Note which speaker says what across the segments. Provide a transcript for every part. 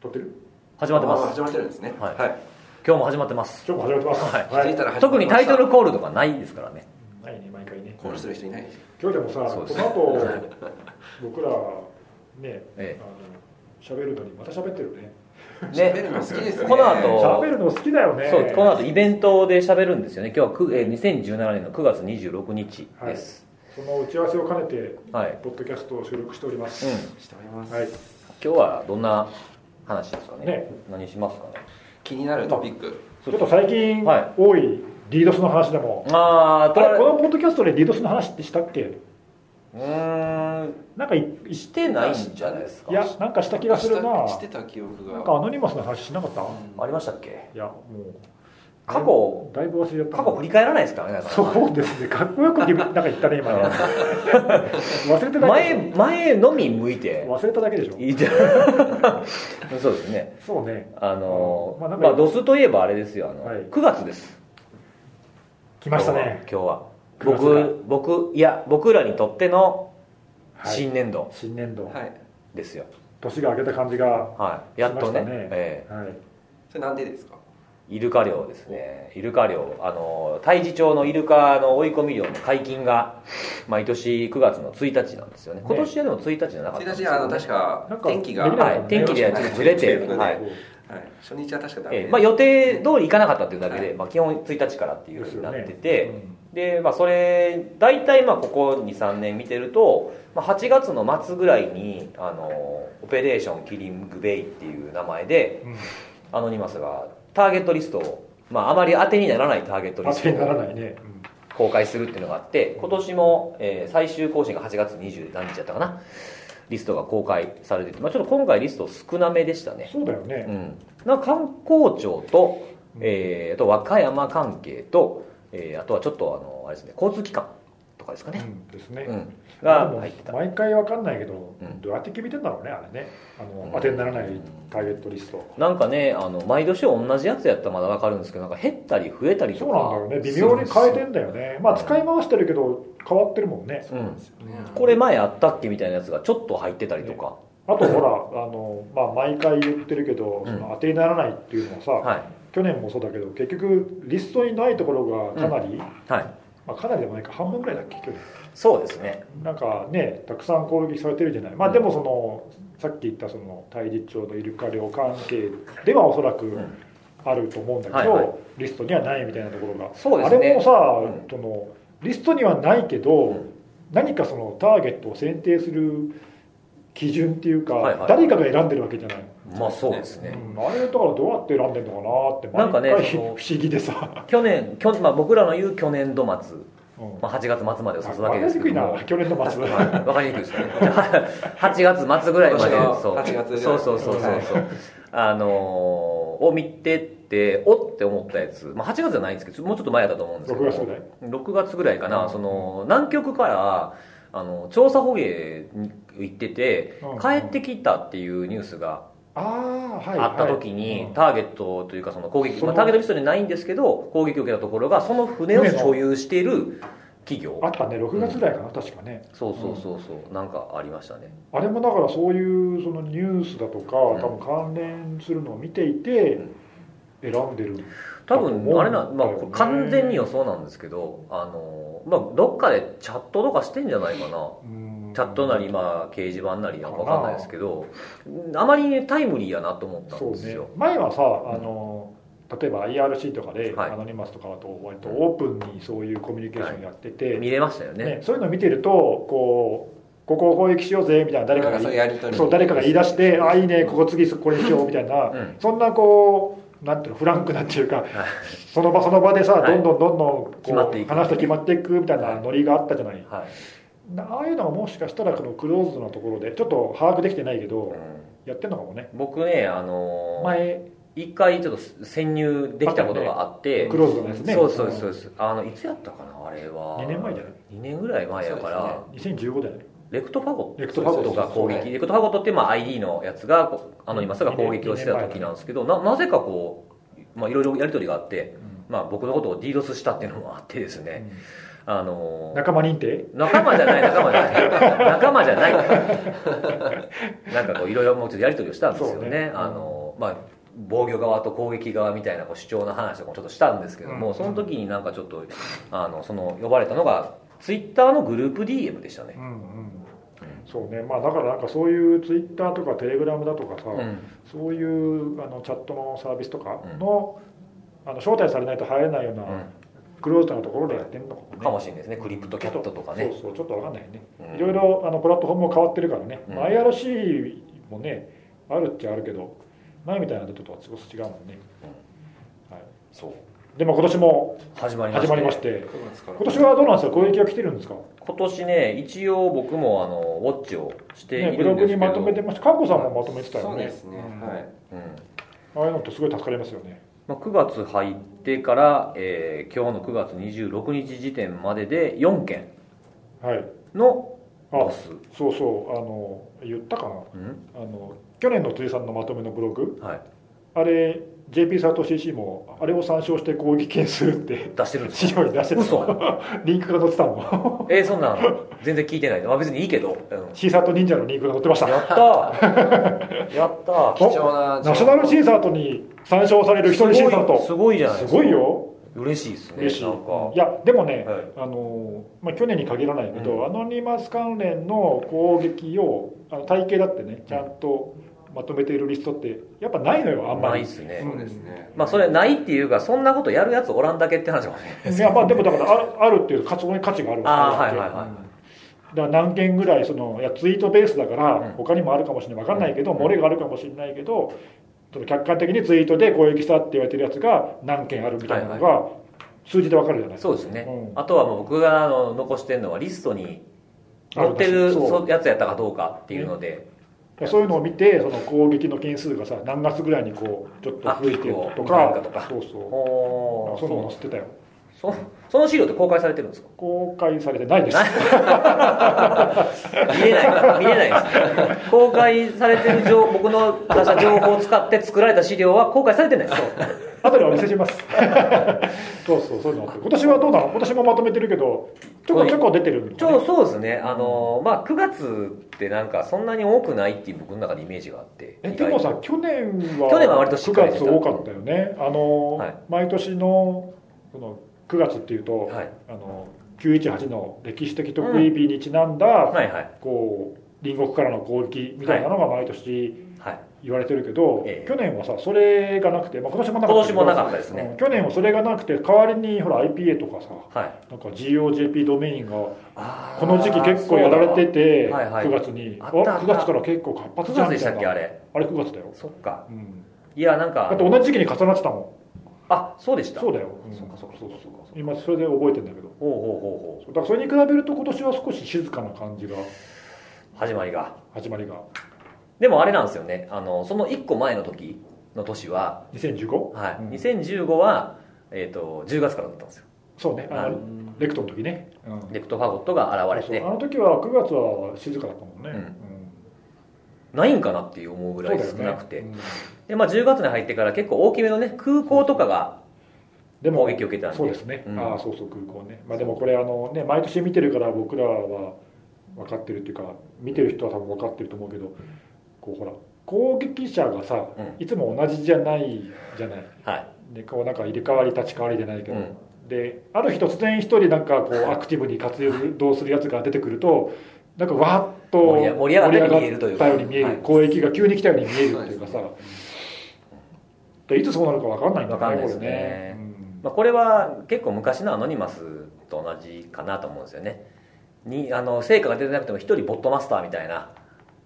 Speaker 1: 撮ってる
Speaker 2: 始まってま
Speaker 3: あー
Speaker 2: す
Speaker 3: 始まってるんですね
Speaker 2: は
Speaker 3: はいい、
Speaker 2: 今日も始まってます
Speaker 1: 今日も始まってます、
Speaker 2: はい
Speaker 3: 気づいたら始まってました
Speaker 2: 特にタイトルコールとかないですからね
Speaker 1: ないね毎回ね
Speaker 3: コールする人いない
Speaker 1: 今日でもさ
Speaker 2: そう
Speaker 1: こ
Speaker 2: です
Speaker 1: の 後僕らね、
Speaker 2: ええ
Speaker 1: あの喋るのにまた喋ってるね
Speaker 2: ね
Speaker 3: 喋るの好きですね
Speaker 2: この後
Speaker 1: 喋るの好きだよね
Speaker 2: そうこの後イベントで喋るんですよね今日はくえー2017年の9月26日です、
Speaker 1: その打ち合わせを兼ねて、
Speaker 2: はい
Speaker 1: ポッドキャストを収録しております、
Speaker 2: うん
Speaker 3: しております、
Speaker 1: はい、
Speaker 2: 今日はどんな話ですかね
Speaker 1: ね
Speaker 2: 何しますかね
Speaker 3: 気になるトピック
Speaker 1: ちょっと最近、
Speaker 2: はい
Speaker 1: 多いリードスの話でも
Speaker 2: ああ
Speaker 1: あれこのポッドキャストでリードスの話ってしたっけ
Speaker 2: うーん
Speaker 1: なんかいいし
Speaker 2: してないんじゃないですか
Speaker 1: いやなんかした気がするな
Speaker 3: してた記憶
Speaker 1: なん
Speaker 3: が
Speaker 1: かアノニマスの話しなかった、
Speaker 2: ありましたっけ
Speaker 1: いやも
Speaker 2: 過去
Speaker 1: うだいぶ忘れちゃった
Speaker 2: 過去振り返らないですからねだから
Speaker 1: そうですねかっこよくリブなんか言ったね 今ね忘れてない
Speaker 2: 前前のみ向いて
Speaker 1: 忘れただけでしょ
Speaker 2: いいじゃんそうですね
Speaker 1: そうね
Speaker 2: あの
Speaker 1: まあ
Speaker 2: ま
Speaker 1: なん
Speaker 2: あ、
Speaker 1: か
Speaker 2: ドスといえばあれですよあの、
Speaker 1: はい
Speaker 2: 9月です
Speaker 1: 来ましたね
Speaker 2: 今日は
Speaker 1: 9
Speaker 2: 今
Speaker 1: 月
Speaker 2: 日
Speaker 1: だ
Speaker 2: は僕僕いや僕らにとっての
Speaker 1: はい
Speaker 2: 新年度
Speaker 1: 新年度、
Speaker 3: はい
Speaker 2: ですよ
Speaker 1: 年が明けた感じが
Speaker 2: はいやっと
Speaker 1: しまし
Speaker 2: ね
Speaker 1: たね
Speaker 2: え
Speaker 1: はい
Speaker 3: それなんでですか
Speaker 2: えイルカ漁ですねイルカ漁あの太地町のイルカの追い込み漁の解禁が毎年9月の1日なんですよね
Speaker 1: ね
Speaker 2: 今年はでも1日じゃなかったんです
Speaker 3: 1日
Speaker 2: よ、ね、
Speaker 3: あの確
Speaker 1: な
Speaker 3: か
Speaker 1: んか
Speaker 3: 天気が、
Speaker 1: できな
Speaker 3: は
Speaker 2: はいい、天気でちょっとずれて、
Speaker 3: はい
Speaker 2: はい
Speaker 3: 初日は確かダメ
Speaker 2: え
Speaker 3: で
Speaker 2: えまあ、予定通り行かなかったっていうだけで、
Speaker 3: はい
Speaker 2: まあ、基本1日からっていうふうになって
Speaker 1: で
Speaker 2: て、
Speaker 1: すよね
Speaker 2: で、まあ、それ大体まあここ23年見てると、まあ、8月の末ぐらいにあのオペレーションキリングベイっていう名前で
Speaker 1: うん
Speaker 2: アノニマスがターゲットリストを、まあ、あまり当てにならないターゲットリ
Speaker 1: 当
Speaker 2: スト
Speaker 1: てになら
Speaker 2: を
Speaker 1: ないね、うん
Speaker 2: 公開するっていうのがあって今年も、えー最終更新が8月20何日だったかなリストが公開されてて、まあ、ちょっと今回リスト少なめでしたね
Speaker 1: そうだよね、
Speaker 2: うん、なんか観光庁と,、えーあと和歌山関係と、えーあとはちょっとあのあれですね交通機関とかですか
Speaker 1: う
Speaker 2: ね、
Speaker 1: んですね、
Speaker 2: うん、
Speaker 1: まあ
Speaker 2: が
Speaker 1: でも
Speaker 2: 入ってた
Speaker 1: 毎回わかんないけど、
Speaker 2: うん
Speaker 1: どうやって決めてんだろうねあれねあの、
Speaker 2: うん
Speaker 1: 当てにならないターゲットリスト、
Speaker 2: なんかねあの毎年同じやつやったらまだ分かるんですけどなんか減ったり増えたりと
Speaker 1: そう
Speaker 2: か
Speaker 1: なんだろうね微妙に変えてんだよねまあ
Speaker 2: うん
Speaker 1: 使い回してるけど変わってるもんね
Speaker 2: うん
Speaker 3: ね
Speaker 2: これ前あったっけみたいなやつがちょっと入ってたりとか、
Speaker 1: あとほらあの、まあ、毎回言ってるけど、
Speaker 2: う
Speaker 1: そ
Speaker 2: ん
Speaker 1: の当てにならないっていうのはさ、
Speaker 2: はい
Speaker 1: 去年もそうだけど結局リストにないところがかなり、
Speaker 2: はい
Speaker 1: まあ、かなりでもないか半分ぐらいだっけ去年
Speaker 2: そうですね
Speaker 1: なんかねたくさん攻撃されてるじゃないまあでもそのさっき言ったその対立町のイルカ漁関係ではおそらく
Speaker 2: ん
Speaker 1: あると思うんだけど、
Speaker 2: はいはい
Speaker 1: リストにはないみたいなところが
Speaker 2: そうですね
Speaker 1: あれもさ、
Speaker 2: うん
Speaker 1: そのリストにはないけど、
Speaker 2: うん
Speaker 1: 何かそのターゲットを選定する基準っていうか、
Speaker 2: はいはい
Speaker 1: 誰かが選んでるわけじゃない、
Speaker 2: まあそうですね、
Speaker 1: うんあれだからどうやって選んでるのかな
Speaker 2: なん
Speaker 1: って
Speaker 2: かね
Speaker 1: 毎回
Speaker 2: そ
Speaker 1: 不
Speaker 2: の
Speaker 1: 思議で さ、
Speaker 2: 去年去、まあ、僕らの言う去年度末、
Speaker 1: うん
Speaker 2: まあ、8月末までを指すわ
Speaker 1: わか
Speaker 2: け
Speaker 1: り
Speaker 2: で
Speaker 1: や
Speaker 2: す
Speaker 1: す
Speaker 2: け
Speaker 1: くい
Speaker 2: ども
Speaker 1: な去年 の末
Speaker 2: はいわかりにくい ですね。8月末ぐらいまで
Speaker 3: 今年、の
Speaker 2: そう。
Speaker 3: 8月
Speaker 2: そうそうそうそうそう。あのーを見てって、おって思ったやつ、まあ8月じゃないんですけど、もうちょっと前だと思うんですけど、
Speaker 1: 6月ぐらい
Speaker 2: 6月ぐらいか
Speaker 1: う
Speaker 2: な、
Speaker 1: ん
Speaker 2: その、南極から、あの、調査捕鯨に行ってて
Speaker 1: うん、
Speaker 2: 帰ってきたっていうニュースが
Speaker 1: ああはい
Speaker 2: あった時に、
Speaker 1: うん
Speaker 2: ターゲットというかその攻撃、
Speaker 1: その
Speaker 2: まあ、ターゲットリストにないんですけど、攻撃を受けたところが、その船を所有している企業
Speaker 1: あ。ったね6月ぐらいかな、確かね
Speaker 2: そうそうそうそう、なんかありましたね。
Speaker 1: あれもだからそういうそのニュースだとか、
Speaker 2: ん
Speaker 1: 多分関連するのを見ていて
Speaker 2: うん
Speaker 1: 選んでる
Speaker 2: 多分あれな、まあ、
Speaker 1: だよね
Speaker 2: これ完全に予想なんですけどあの、まあ、どっかでチャットとかしてんじゃないかな
Speaker 1: うん
Speaker 2: チャットなり、まあ、掲示板なりなんか分かんないですけどあまりねタイムリーやなと思った
Speaker 1: そ
Speaker 2: ん
Speaker 1: う
Speaker 2: です
Speaker 1: ね
Speaker 2: よ、
Speaker 1: 前はさあの例えば IRC とかで、
Speaker 2: はい
Speaker 1: アノニマスとかだと割とオープンにそういうコミュニケーションやってて、
Speaker 2: 見れましたよね
Speaker 1: ねそういうのを見てるとこうここを攻撃しようぜみたいな誰かが
Speaker 3: そういうやり取り
Speaker 1: そう誰かが言い出して「あいいねここ次これにしよう」みたいな、
Speaker 2: うん
Speaker 1: そんなこうなんていうのフランクなんていうかその場その場でさ、
Speaker 2: はい
Speaker 1: どんどんどんどんこう
Speaker 2: 決まっていく
Speaker 1: 話と決まっていくみたいな
Speaker 2: はい
Speaker 1: ノリがあったじゃない、
Speaker 2: はい、
Speaker 1: なああいうのがもしかしたらこのクローズドなところでちょっと把握できてないけど、
Speaker 2: う
Speaker 1: やってんのかもね
Speaker 2: ん、僕ねあの
Speaker 1: 前
Speaker 2: 一回ちょっと潜入できたことがあって
Speaker 1: クローズドのやつね
Speaker 2: そうそうそうそうあのいつやったかなあれは
Speaker 1: 2年前じゃない
Speaker 2: 2年ぐらい前やから、
Speaker 3: そうですね
Speaker 1: 2015だよね
Speaker 2: レクトファゴ
Speaker 1: レクトファゴ
Speaker 2: ットが攻
Speaker 3: そうそうそうは
Speaker 2: 撃
Speaker 3: い
Speaker 2: レクトファゴットってまあ ID のやつがこうアノニマスが攻撃をしてた時なんですけどななぜかこうまあいろいろやり取りがあって、まあ、僕のことを DDoS したっていうのもあってですね、あの
Speaker 1: 仲間認定
Speaker 2: 仲間じゃない仲間じゃない仲間じゃない なんかこういろいろもうちょっとやり取りをしたんですよ
Speaker 1: そう
Speaker 2: ね
Speaker 1: ね
Speaker 2: あのまあ防御側と攻撃側みたいなこう主張の話とかもちょっとしたんですけども、
Speaker 1: うん
Speaker 2: その時になんかちょっとあのその呼ばれたのがツイッターのグループ DM でしたね
Speaker 1: うんうんそうねまあだからなんかそういうツイッターとかテレグラムだとかさ、
Speaker 2: うん
Speaker 1: そういうあのチャットのサービスとかの,、あの招待されないと入れないような、
Speaker 2: う
Speaker 1: クローズドなところでやってるのかもね
Speaker 2: んかもしれないですねクリプトキャットとかね
Speaker 1: そうそうちょっとわかんないね、
Speaker 2: うん
Speaker 1: いろいろあのプラットフォームも変わってるからね、
Speaker 2: うん
Speaker 1: まあ IRC もねあるっちゃあるけど前みたいなのとは少し違うもんね、はい、
Speaker 2: そう
Speaker 1: でも今年も
Speaker 2: 始まりまし
Speaker 1: 始
Speaker 2: た
Speaker 1: まりまして
Speaker 3: 9月から
Speaker 1: 今年はどうなんですか攻撃は来てるんですか、
Speaker 2: 今年ね一応僕もあのウォッチをしてい
Speaker 1: ね、
Speaker 2: るんで
Speaker 1: ブ
Speaker 2: すけ
Speaker 1: ログ
Speaker 2: ど、
Speaker 1: にまとめてましたかっこさんもまとめてたよ
Speaker 3: そう
Speaker 1: ね
Speaker 3: ですね、
Speaker 1: うん
Speaker 3: はい
Speaker 2: うん
Speaker 1: ああいうのってすごい助かりますよね
Speaker 2: まあ、9月入ってから、えー今日の9月26日時点までで4件
Speaker 1: はい
Speaker 2: のロ
Speaker 1: あ
Speaker 2: ス、
Speaker 1: そうそうあの言ったかな
Speaker 2: うん
Speaker 1: あの去年の辻さんのまとめのブログ
Speaker 2: はい、
Speaker 1: あれ JP サート CC もあれを参照して攻撃件数って
Speaker 2: 出してるんです
Speaker 1: 資
Speaker 2: よ
Speaker 1: 料に出してた
Speaker 2: 嘘
Speaker 1: リンクが載ってたもん
Speaker 2: えーそんなん全然聞いてない、まあ、別にいいけど、うん
Speaker 1: シーサート忍者のリンクが載ってました
Speaker 2: やった ーやったー
Speaker 3: 貴重な
Speaker 1: ナショナルシーサートに参照される一人シーサー
Speaker 2: す
Speaker 1: ト
Speaker 2: ごいすごいじゃない
Speaker 1: す
Speaker 2: ですか
Speaker 1: ごいよ
Speaker 2: 嬉しいですね
Speaker 1: 嬉しい
Speaker 2: なんか、
Speaker 1: いやでもね
Speaker 2: はい
Speaker 1: あのーまあ去年に限らないけど、
Speaker 2: うん
Speaker 1: アノニマス関連の攻撃をあの体系だってねちゃんとまとめているリストってやっぱないのよあんま
Speaker 2: ない
Speaker 1: り
Speaker 2: っすね、
Speaker 1: ん
Speaker 3: そうですね、
Speaker 2: まあそれないっていうかそんなことやるやつおらんだけって話もね
Speaker 1: いやまあでもだからああるっていう価値そこに価値がある
Speaker 2: あーはいはいはい
Speaker 1: うんだから何件ぐらいそのいやツイートベースだから、
Speaker 2: うん
Speaker 1: 他にもあるかもしれない分かんないけど、
Speaker 2: うん
Speaker 1: 漏れがあるかもしれないけどその客観的にツイートで攻撃したって言われてるやつが何件あるみたいなの
Speaker 2: は
Speaker 1: が数字で分かるじゃないですか、
Speaker 2: そうですね、
Speaker 1: うん
Speaker 2: あとはもう僕があの残してるのはリストに載って
Speaker 1: あ
Speaker 2: る
Speaker 1: そう
Speaker 2: そうやつやったかどうかっていうので、
Speaker 1: いやそういうのを見てその攻撃の件数がさ何月ぐらいにこうちょっと増えてる
Speaker 2: あ
Speaker 1: と
Speaker 2: なん
Speaker 1: か
Speaker 2: かとか
Speaker 1: そうそう
Speaker 2: おー
Speaker 1: そういうのも載せてたよ
Speaker 2: そその資料って公開されてるんですか
Speaker 1: 公開されてないです
Speaker 2: 見れない見れな いですね公開されてる情僕の出した情報を使って作られた資料は公開されてないです
Speaker 1: 後でお見せします そうそうそういうのあって今年はどうなの今年もまとめてるけどちょこちょこ出てるの
Speaker 2: ちょそうですねあのまあ9月ってなんかそんなに多くないっていう僕の中でイメージがあって
Speaker 1: え
Speaker 2: 意
Speaker 1: で
Speaker 2: 外
Speaker 1: も
Speaker 2: と
Speaker 1: さ去年は
Speaker 2: 去年は割としっ
Speaker 1: 9
Speaker 2: かりし
Speaker 1: 月
Speaker 2: た
Speaker 1: 多かったよねあの、
Speaker 2: はい
Speaker 1: 毎年のその9月っていうと、
Speaker 2: はい
Speaker 1: あの918の歴史的特異日にちなんだ、
Speaker 2: はいはい
Speaker 1: こう隣国からの攻撃みたいなのが毎年
Speaker 2: はい
Speaker 1: 言われてるけど、
Speaker 2: ええ
Speaker 1: 去年はさそれがなくて、まあ、今年もな
Speaker 2: 今
Speaker 1: かったけ
Speaker 2: 年
Speaker 1: ど
Speaker 2: もなかったです
Speaker 1: う
Speaker 2: ね
Speaker 1: ん去年はそれがなくて代わりにほら IPA とかさ
Speaker 2: はい
Speaker 1: なんか GOJP ドメインが
Speaker 2: あー
Speaker 1: この時期結構やられてて、
Speaker 2: そうだはいはい
Speaker 1: 9月に
Speaker 2: あ
Speaker 1: あ
Speaker 2: ったあった
Speaker 1: 9月から結構活発
Speaker 2: 9
Speaker 1: じゃん
Speaker 2: 月
Speaker 1: み
Speaker 2: でした
Speaker 1: い
Speaker 2: たっけ
Speaker 1: な
Speaker 2: あれ
Speaker 1: あれ9月だよ、
Speaker 2: そっか
Speaker 1: うん、
Speaker 2: いやなんか
Speaker 1: だって同じ時期に重なってたも
Speaker 2: あそうでし
Speaker 1: ん
Speaker 2: た
Speaker 1: そうだよ、うん
Speaker 2: そうかそうかそうかそうか
Speaker 1: 今それで覚えてんだけど
Speaker 2: ほうほうほうほ
Speaker 1: だからそれに比べると今年は少し静かな感じが
Speaker 2: う始まりが
Speaker 1: 始まりが
Speaker 2: でもあれなんですよねあのその1個前の時の年は、
Speaker 1: 2015
Speaker 2: はい
Speaker 1: うん
Speaker 2: 2015は、えー、と10月からだったんですよ
Speaker 1: そうねあ
Speaker 2: はい
Speaker 1: のレクトの時ね、うん
Speaker 2: レクトファゴットが現れ
Speaker 1: そう
Speaker 2: て
Speaker 1: あの時は9月は静かだったもんね、
Speaker 2: うん
Speaker 1: うん
Speaker 2: ないんかなっていう思うぐらい
Speaker 1: そうだ
Speaker 2: 少
Speaker 1: よね
Speaker 2: なくて、
Speaker 1: うん
Speaker 2: で、まあ、10月に入ってから結構大きめのね空港とかが
Speaker 1: で
Speaker 2: 攻撃を受けたんで
Speaker 1: そうですね、
Speaker 2: うん
Speaker 1: ああそうそう空港ね、まあ、でもこれあの、ね、毎年見てるから僕らは分かってるっていうか見てる人は多分分かってると思うけどこうほら攻撃者がさ、
Speaker 2: うん
Speaker 1: いつも同じじゃないじゃない
Speaker 2: はい
Speaker 1: でこうなんか入れ替わり立ち替わりじゃないけど、
Speaker 2: うん
Speaker 1: である日突然一人なん かこうアクティブに活動するやつが出てくるとなんかわーっと
Speaker 2: 盛り盛り上がったように見えるというか
Speaker 1: 盛り上がったように見える
Speaker 2: はい
Speaker 1: 攻撃が急に来たように見えるというかさ
Speaker 3: そう
Speaker 1: でいつそうなるかわかんないんだ
Speaker 2: わかんない
Speaker 1: こ
Speaker 2: で
Speaker 1: れ
Speaker 2: すね
Speaker 1: うん
Speaker 2: まあ、これは結構昔のアノニマスと同じかなと思うんですよねにあの成果が出てなくても1人ボットマスターみたいな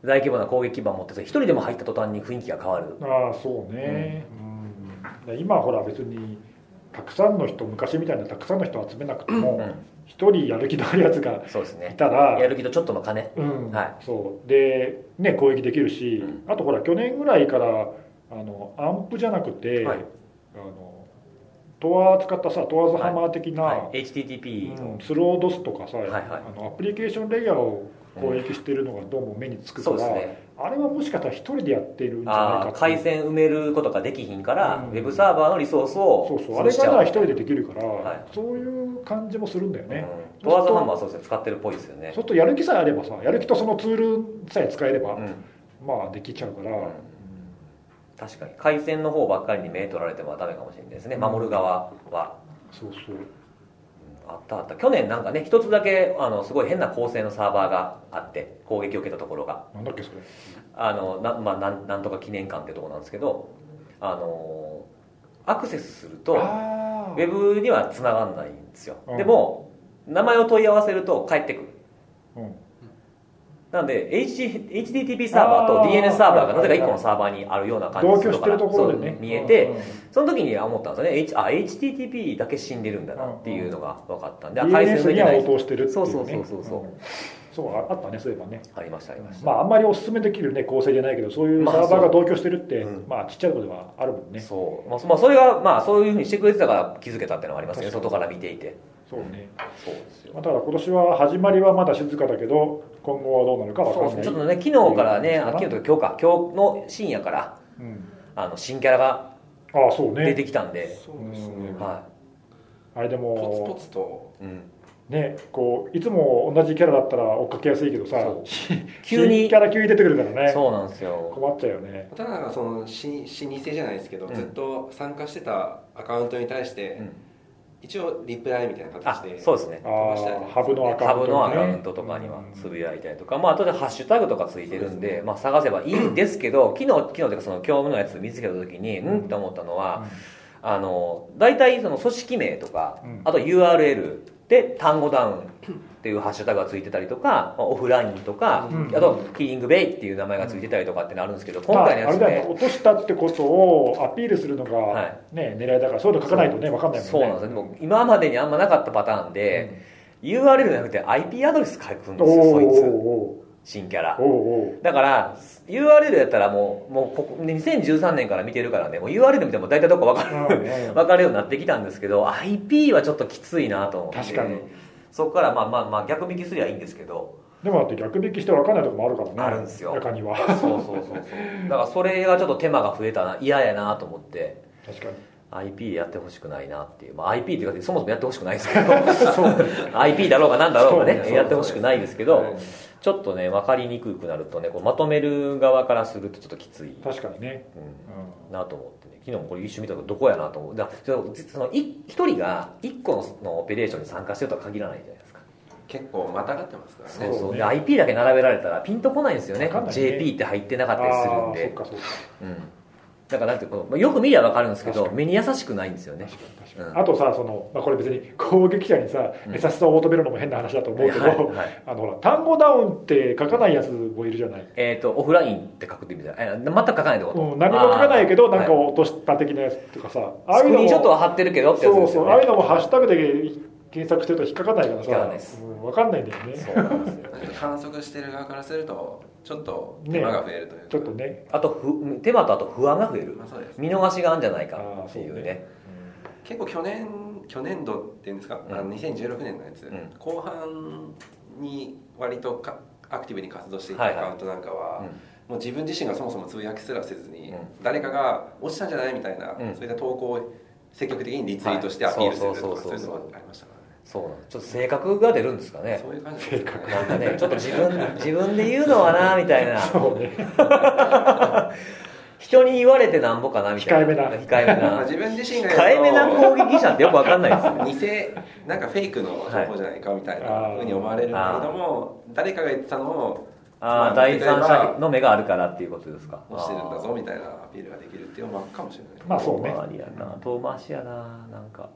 Speaker 2: 大規模な攻撃版持ってて1人でも入った途端に雰囲気が変わる
Speaker 1: ああそうね、うんで今ほら別にたくさんの人昔みたいなたくさんの人集めなくて
Speaker 2: う
Speaker 1: も
Speaker 2: ん
Speaker 1: 一、人やる気のあるやつが
Speaker 2: そうです
Speaker 1: い
Speaker 2: ね
Speaker 1: たら
Speaker 2: やる気とちょっとの金
Speaker 1: うん
Speaker 2: は
Speaker 1: そうで、ね、攻撃できるし、
Speaker 2: うん
Speaker 1: あとほら去年ぐらいからあのアンプじゃなくて、
Speaker 2: はい
Speaker 1: あのトア使ったさトアーズハマー的な、
Speaker 2: はい、HTTP
Speaker 1: う
Speaker 2: の
Speaker 1: ん、スロードスとかさ、
Speaker 2: はいはい
Speaker 1: あのアプリケーションレイヤーを攻撃してるのがどうも目につくか
Speaker 2: そう
Speaker 1: ら、
Speaker 2: ですね
Speaker 1: あれはもしかしたら一人でやってるんじゃない
Speaker 2: あ
Speaker 1: か
Speaker 2: あ
Speaker 1: っていう
Speaker 2: 回線埋めることができひんから、
Speaker 1: うん
Speaker 2: ウェブサーバーのリソースを
Speaker 1: そうそうあ
Speaker 2: 潰
Speaker 1: れ
Speaker 2: しちゃ
Speaker 1: がな
Speaker 2: う
Speaker 1: 一人でできるから、
Speaker 2: はい
Speaker 1: そういう感じもするんだよね、
Speaker 2: うん、ドアーズファンもそうですね使ってるっぽいですよね
Speaker 1: ちょっとやる気さえあればさやる気とそのツールさえ使えれば、
Speaker 2: うん
Speaker 1: まあできちゃうから、
Speaker 2: ん確かに回線の方ばっかりに目取られてもダメかもしれないですね守る側は、
Speaker 1: そうそう
Speaker 2: うんあったあった去年なんかね一つだけあのすごい変な構成のサーバーがあって攻撃を受けたところが
Speaker 1: なんだっけそれ
Speaker 2: あのな,、まあ、なんなんとか記念館ってとこなんですけどあのアクセスすると
Speaker 1: ああ
Speaker 2: ウェブには繋がんないんですよ、
Speaker 1: うん
Speaker 2: でも名前を問い合わせると返ってくる
Speaker 1: うん
Speaker 2: なので HT HTTP サーバーと DNS サーバーがなぜか1個のサーバーにあるような感
Speaker 1: 同居
Speaker 2: じがする
Speaker 1: し
Speaker 2: か
Speaker 1: て
Speaker 2: ら
Speaker 1: るところでね
Speaker 2: そう見えて、
Speaker 1: うんうん
Speaker 2: その時に思ったんですよね、H、あ HTTP だけ死んでるんだなっていうのが分かったんで、あ回線
Speaker 1: DNS
Speaker 2: 上
Speaker 1: に
Speaker 2: じゃ
Speaker 1: は
Speaker 2: ない
Speaker 1: 応答してるっていう、ね、
Speaker 2: そうそうそうそうそうん
Speaker 1: そうああったねそういえばね
Speaker 2: ありましたありました、
Speaker 1: まああんまりお勧めできるね構成じゃないけどそういうサーバーが同居してるって、
Speaker 2: ま
Speaker 1: まあ
Speaker 2: あそううん
Speaker 1: ちっちゃいところではあるもんねそ
Speaker 2: そう、まあそまあ、それがまあそういうふうにしてくれてたから気づけたっていうのはありますよね
Speaker 1: 確か
Speaker 2: 外
Speaker 1: に
Speaker 2: から見ていて
Speaker 1: うね、
Speaker 2: そうですよ
Speaker 1: まあ、だから今年は始まりはまだ静かだけど今後はどうなるかわか
Speaker 2: そ
Speaker 1: ん
Speaker 2: う
Speaker 1: な
Speaker 2: で
Speaker 1: い
Speaker 2: すねちょっとね昨日からね
Speaker 1: うん
Speaker 2: あ昨日というか今日か今日の深夜から
Speaker 1: うん、
Speaker 2: あの新キャラが
Speaker 1: ああそう
Speaker 2: 出
Speaker 1: ね
Speaker 2: てきたんで、
Speaker 3: そうですね
Speaker 1: うん
Speaker 2: は
Speaker 1: あれで
Speaker 3: ポツ
Speaker 1: も
Speaker 3: ポツと
Speaker 2: い、うん、
Speaker 1: ねこういつも同じキャラだったら追っかけやすいけどさ
Speaker 2: そう急
Speaker 1: 急
Speaker 2: に
Speaker 1: にキャラ急に出てくるからね
Speaker 2: そうなんですよ
Speaker 1: 困っちゃうよね
Speaker 3: ただなんかそのし老舗じゃないですけど、
Speaker 2: うん
Speaker 3: ずっと参加してたアカウントに対して、
Speaker 2: うん
Speaker 3: 一応リプライみたいな形
Speaker 2: あ
Speaker 3: で
Speaker 2: そうですね
Speaker 1: ああハブのアカ
Speaker 2: ハ
Speaker 1: ウント、ね、
Speaker 2: ブのアカウントとかにはつぶやいたりとか、まあ、あとでハッシュタグとかついてるんで、まあ、探せばいいんですけ ど、昨日、昨日というか、その、興味のやつ見つけたときに、うんって思ったのは、あの、大体、その、組織名とか
Speaker 1: うん、
Speaker 2: あと URL で、単語ダウンっていうハッシュタグがついてたりとか、まあオフラインとか、
Speaker 1: うん
Speaker 2: あと、キーリングベイっていう名前がついてたりとかってのあるんですけど、
Speaker 1: ま
Speaker 2: 今
Speaker 1: あ
Speaker 2: 回のやつ
Speaker 1: あれだよね
Speaker 2: で、
Speaker 1: 落としたってことをアピールするのが、
Speaker 2: はい
Speaker 1: ね、狙いだからそういうの書かないとね分かんないもんね
Speaker 2: そうなんですよ。でも、今までにあんまなかったパターンで、URL じゃなくて IP アドレス書くん
Speaker 1: お
Speaker 2: で
Speaker 1: ー
Speaker 2: すよ、そい
Speaker 1: おー
Speaker 2: つ。
Speaker 1: お
Speaker 2: 新キャラ
Speaker 1: ーおー。お
Speaker 2: だから URL やったらもうもうここ2013年から見てるからねもう URL 見ても大体ど こか分かる、
Speaker 1: ーうん
Speaker 2: 分かるようになってきたんですけど IP はちょっときついなと思って
Speaker 1: 確かに
Speaker 2: そこからまあまあまあ逆引きすりゃいいんですけど
Speaker 1: でもだって逆引きして分かんないとこもあるからね
Speaker 2: あるんですよ
Speaker 1: 中には
Speaker 2: そうそうそうそうだからそれがちょっと手間が増えたな嫌やなと思って
Speaker 1: 確かに
Speaker 2: IP でやってほしくないなっていう、まあ、IP っていうかそもそもやってほしくないですけど
Speaker 1: そうね
Speaker 2: IP だろうが何だろうが
Speaker 1: そう
Speaker 2: ね
Speaker 1: ね
Speaker 2: やってほしくないですけど、
Speaker 3: はい
Speaker 2: ちょっとね分かりにくくなるとねこうまとめる側からするとちょっときつい、
Speaker 1: 確かにね、
Speaker 2: う
Speaker 1: う
Speaker 2: んなと思ってね昨日もこれ一瞬見たけどどこやなと思うだからそのそのい一人が一個ののオペレーションに参加してるとは限らないじゃないですか
Speaker 3: 結構またがってますからね
Speaker 1: そうね
Speaker 2: で IP だけ並べられたらピンとこないんですよね
Speaker 1: わかんないね
Speaker 2: JP って入ってなか
Speaker 1: あ
Speaker 2: ったりするん
Speaker 1: ーそっ
Speaker 2: で、
Speaker 1: かそっか
Speaker 2: うん、だからなんていうかこの、まあ、よく見りゃ分かるんですけど
Speaker 1: 確か
Speaker 2: 目に優しくないんですよね
Speaker 1: 確かに確かに、
Speaker 2: うん
Speaker 1: あとさその、まあ、これ別に攻撃者にさ
Speaker 2: うん
Speaker 1: 優しさを求めるのも変な話だと思うけど、
Speaker 2: はいはい
Speaker 1: あのほら単語ダウンって書かないやつもいるじゃない、
Speaker 2: えっ、とオフラインって書くって意味じゃないえ全く書かないってこと、
Speaker 1: うん、何も書かないけど
Speaker 2: あー
Speaker 1: なんか落とした的なやつとかさ、あ
Speaker 2: はい
Speaker 1: あ
Speaker 2: ス
Speaker 1: いう
Speaker 2: ク
Speaker 1: の
Speaker 2: リー
Speaker 1: も
Speaker 2: ンショットは貼ってるけどってやつ
Speaker 1: そう
Speaker 2: です
Speaker 1: そ
Speaker 2: よ
Speaker 1: う
Speaker 2: ね
Speaker 1: ああいうのもハッシュタグで検索してると引っかかんないからさ
Speaker 2: 引っかかんないです
Speaker 1: うん、分かんないんだよね
Speaker 2: そうなんですよ
Speaker 3: なんか観測してる側からするとちょっと手間が増えるというか、
Speaker 1: ちょっとね、
Speaker 2: あとふ手間とあと不安が増える
Speaker 3: まあそうです
Speaker 2: 見逃しがあるんじゃないかっていう
Speaker 1: あーそう
Speaker 2: ね
Speaker 1: ね
Speaker 3: 結構去年去年度っていうんですか、
Speaker 2: うん
Speaker 3: あの2016年のやつ、
Speaker 2: うん
Speaker 3: 後半に割とかアクティブに活動していた
Speaker 2: は
Speaker 3: ア
Speaker 2: いはい
Speaker 3: カウントなんかは、
Speaker 2: うん
Speaker 3: もう自分自身がそもそもつぶやきすらせずに、
Speaker 2: うん
Speaker 3: 誰かが落ちたんじゃないみたいな、
Speaker 2: うん
Speaker 3: そういった投稿を積極的にリツイートしてアピールすると
Speaker 2: はい
Speaker 3: か
Speaker 2: そそう
Speaker 3: そうう
Speaker 2: そうそう
Speaker 3: いうのもありましたか
Speaker 2: そうなんですちょっと性格が出るんですかね
Speaker 3: らねそういう感じですかね
Speaker 2: なんかねちょっと自分自分で言うのはなみたいな
Speaker 1: そうね
Speaker 2: 人に言われてなんぼかなみたいな
Speaker 1: 控え
Speaker 2: 控えめ
Speaker 3: まあ
Speaker 2: な
Speaker 3: 自分自身が
Speaker 2: 控えめな攻撃者ってよくわかんない ですよね
Speaker 3: 偽なんかフェイクの情報じゃないかみたい
Speaker 1: は
Speaker 3: ないふうに思われるけれども誰かが言ってたのを
Speaker 2: ああ第三者の目があるからっていうことですか
Speaker 3: 落ちてるんだぞみたいなアピールができるっていうのもあるかもしれない
Speaker 1: まあそうね
Speaker 2: 遠回りやな遠回しやななんか、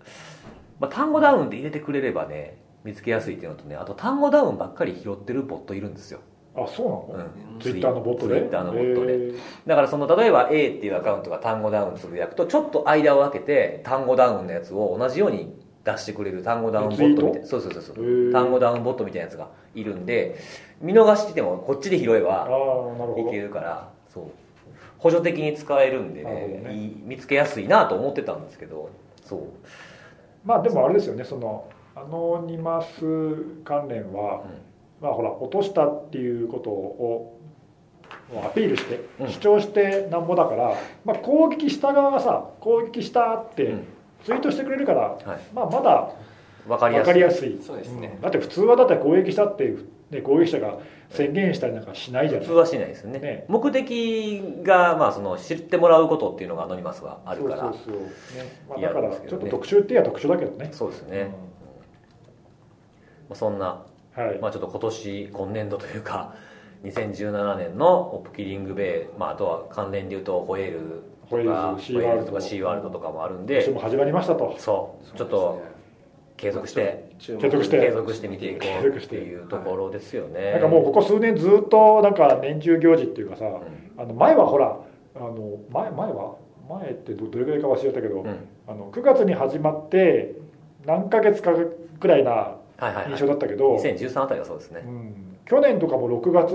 Speaker 2: まあ、単語ダウンで入れてくれればね見つけやすいっていうのとねあと単語ダウンばっかり拾ってるボットいるんですよ、
Speaker 1: あそうなの、
Speaker 2: うん、
Speaker 1: ツイッターのボットで
Speaker 2: ツイッターのボットで、
Speaker 1: へー
Speaker 2: だからその例えば A っていうアカウントが単語ダウンつぶやくとちょっと間を空けて単語ダウンのやつを同じように出してくれる単語ダウンボットみた
Speaker 1: リツイ
Speaker 2: い
Speaker 1: ー
Speaker 2: なそうそうそうそ
Speaker 1: へ
Speaker 2: う
Speaker 1: ー
Speaker 2: 単語ダウンボットみたいなやつがいるんで見逃しててもこっちで拾え
Speaker 1: ああ
Speaker 2: ば
Speaker 1: なるほ
Speaker 2: い
Speaker 1: ど
Speaker 2: けるからそう補助的に使えるんで
Speaker 1: なるほ
Speaker 2: ね
Speaker 1: どね
Speaker 2: いい見つけやすいなと思ってたんですけどそう
Speaker 1: まあでもあれですよねそのアノニマス関連は、
Speaker 2: うん
Speaker 1: まあほら落としたっていうことをもうアピールして
Speaker 2: うん
Speaker 1: 主張してなんぼだから、まあ、攻撃した側がさ攻撃したって
Speaker 2: うん
Speaker 1: ツイートしてくれるから、
Speaker 2: はい
Speaker 1: まあ、まだ
Speaker 2: わかり
Speaker 1: 分
Speaker 2: や
Speaker 1: か
Speaker 2: す
Speaker 1: り
Speaker 2: い
Speaker 1: やすい
Speaker 3: そうですね
Speaker 1: んだって普通はだって攻撃したって、ね、攻撃者が宣言したりなんかしないじゃ
Speaker 2: 普
Speaker 1: ない
Speaker 2: 通はしないですよね
Speaker 1: ね
Speaker 2: 目的が、まあ、その知ってもらうことっていうのがアノニマスはあるから
Speaker 1: そうそうそう、ねまあ、
Speaker 2: いや
Speaker 1: だから
Speaker 2: ですけ
Speaker 1: ち
Speaker 2: ど
Speaker 1: ょっ
Speaker 2: ね
Speaker 1: と特殊って言えば特殊だけどね
Speaker 2: そうですね、まあそんな、
Speaker 1: はい、
Speaker 2: まあ、ちょっと今年今年度というか2017年のオプキリングベイ、まあ、あとは関連でいうとホエール
Speaker 1: ホエ
Speaker 2: と
Speaker 1: ー
Speaker 2: か
Speaker 1: ルズシーワールド
Speaker 2: ホエとかシーワールドとかもあるん
Speaker 1: 今年
Speaker 2: で
Speaker 1: も始まりましたと
Speaker 2: そうちょっと継続して
Speaker 3: 注目
Speaker 1: 継続して
Speaker 2: 継続して見ていこうっていうところですよね
Speaker 1: なんかもうここ数年ずっとなんか年中行事っていうかさ
Speaker 2: うん
Speaker 1: あの前はほらあの前前は前ってどどれぐらいか忘れたけど、
Speaker 2: うん
Speaker 1: あの9月に始まって何ヶ月かくらいな
Speaker 2: はいはい、
Speaker 1: 印
Speaker 2: はい
Speaker 1: 象、だったけど、
Speaker 2: 2013あたりはそうですね
Speaker 1: うん去年とかも6月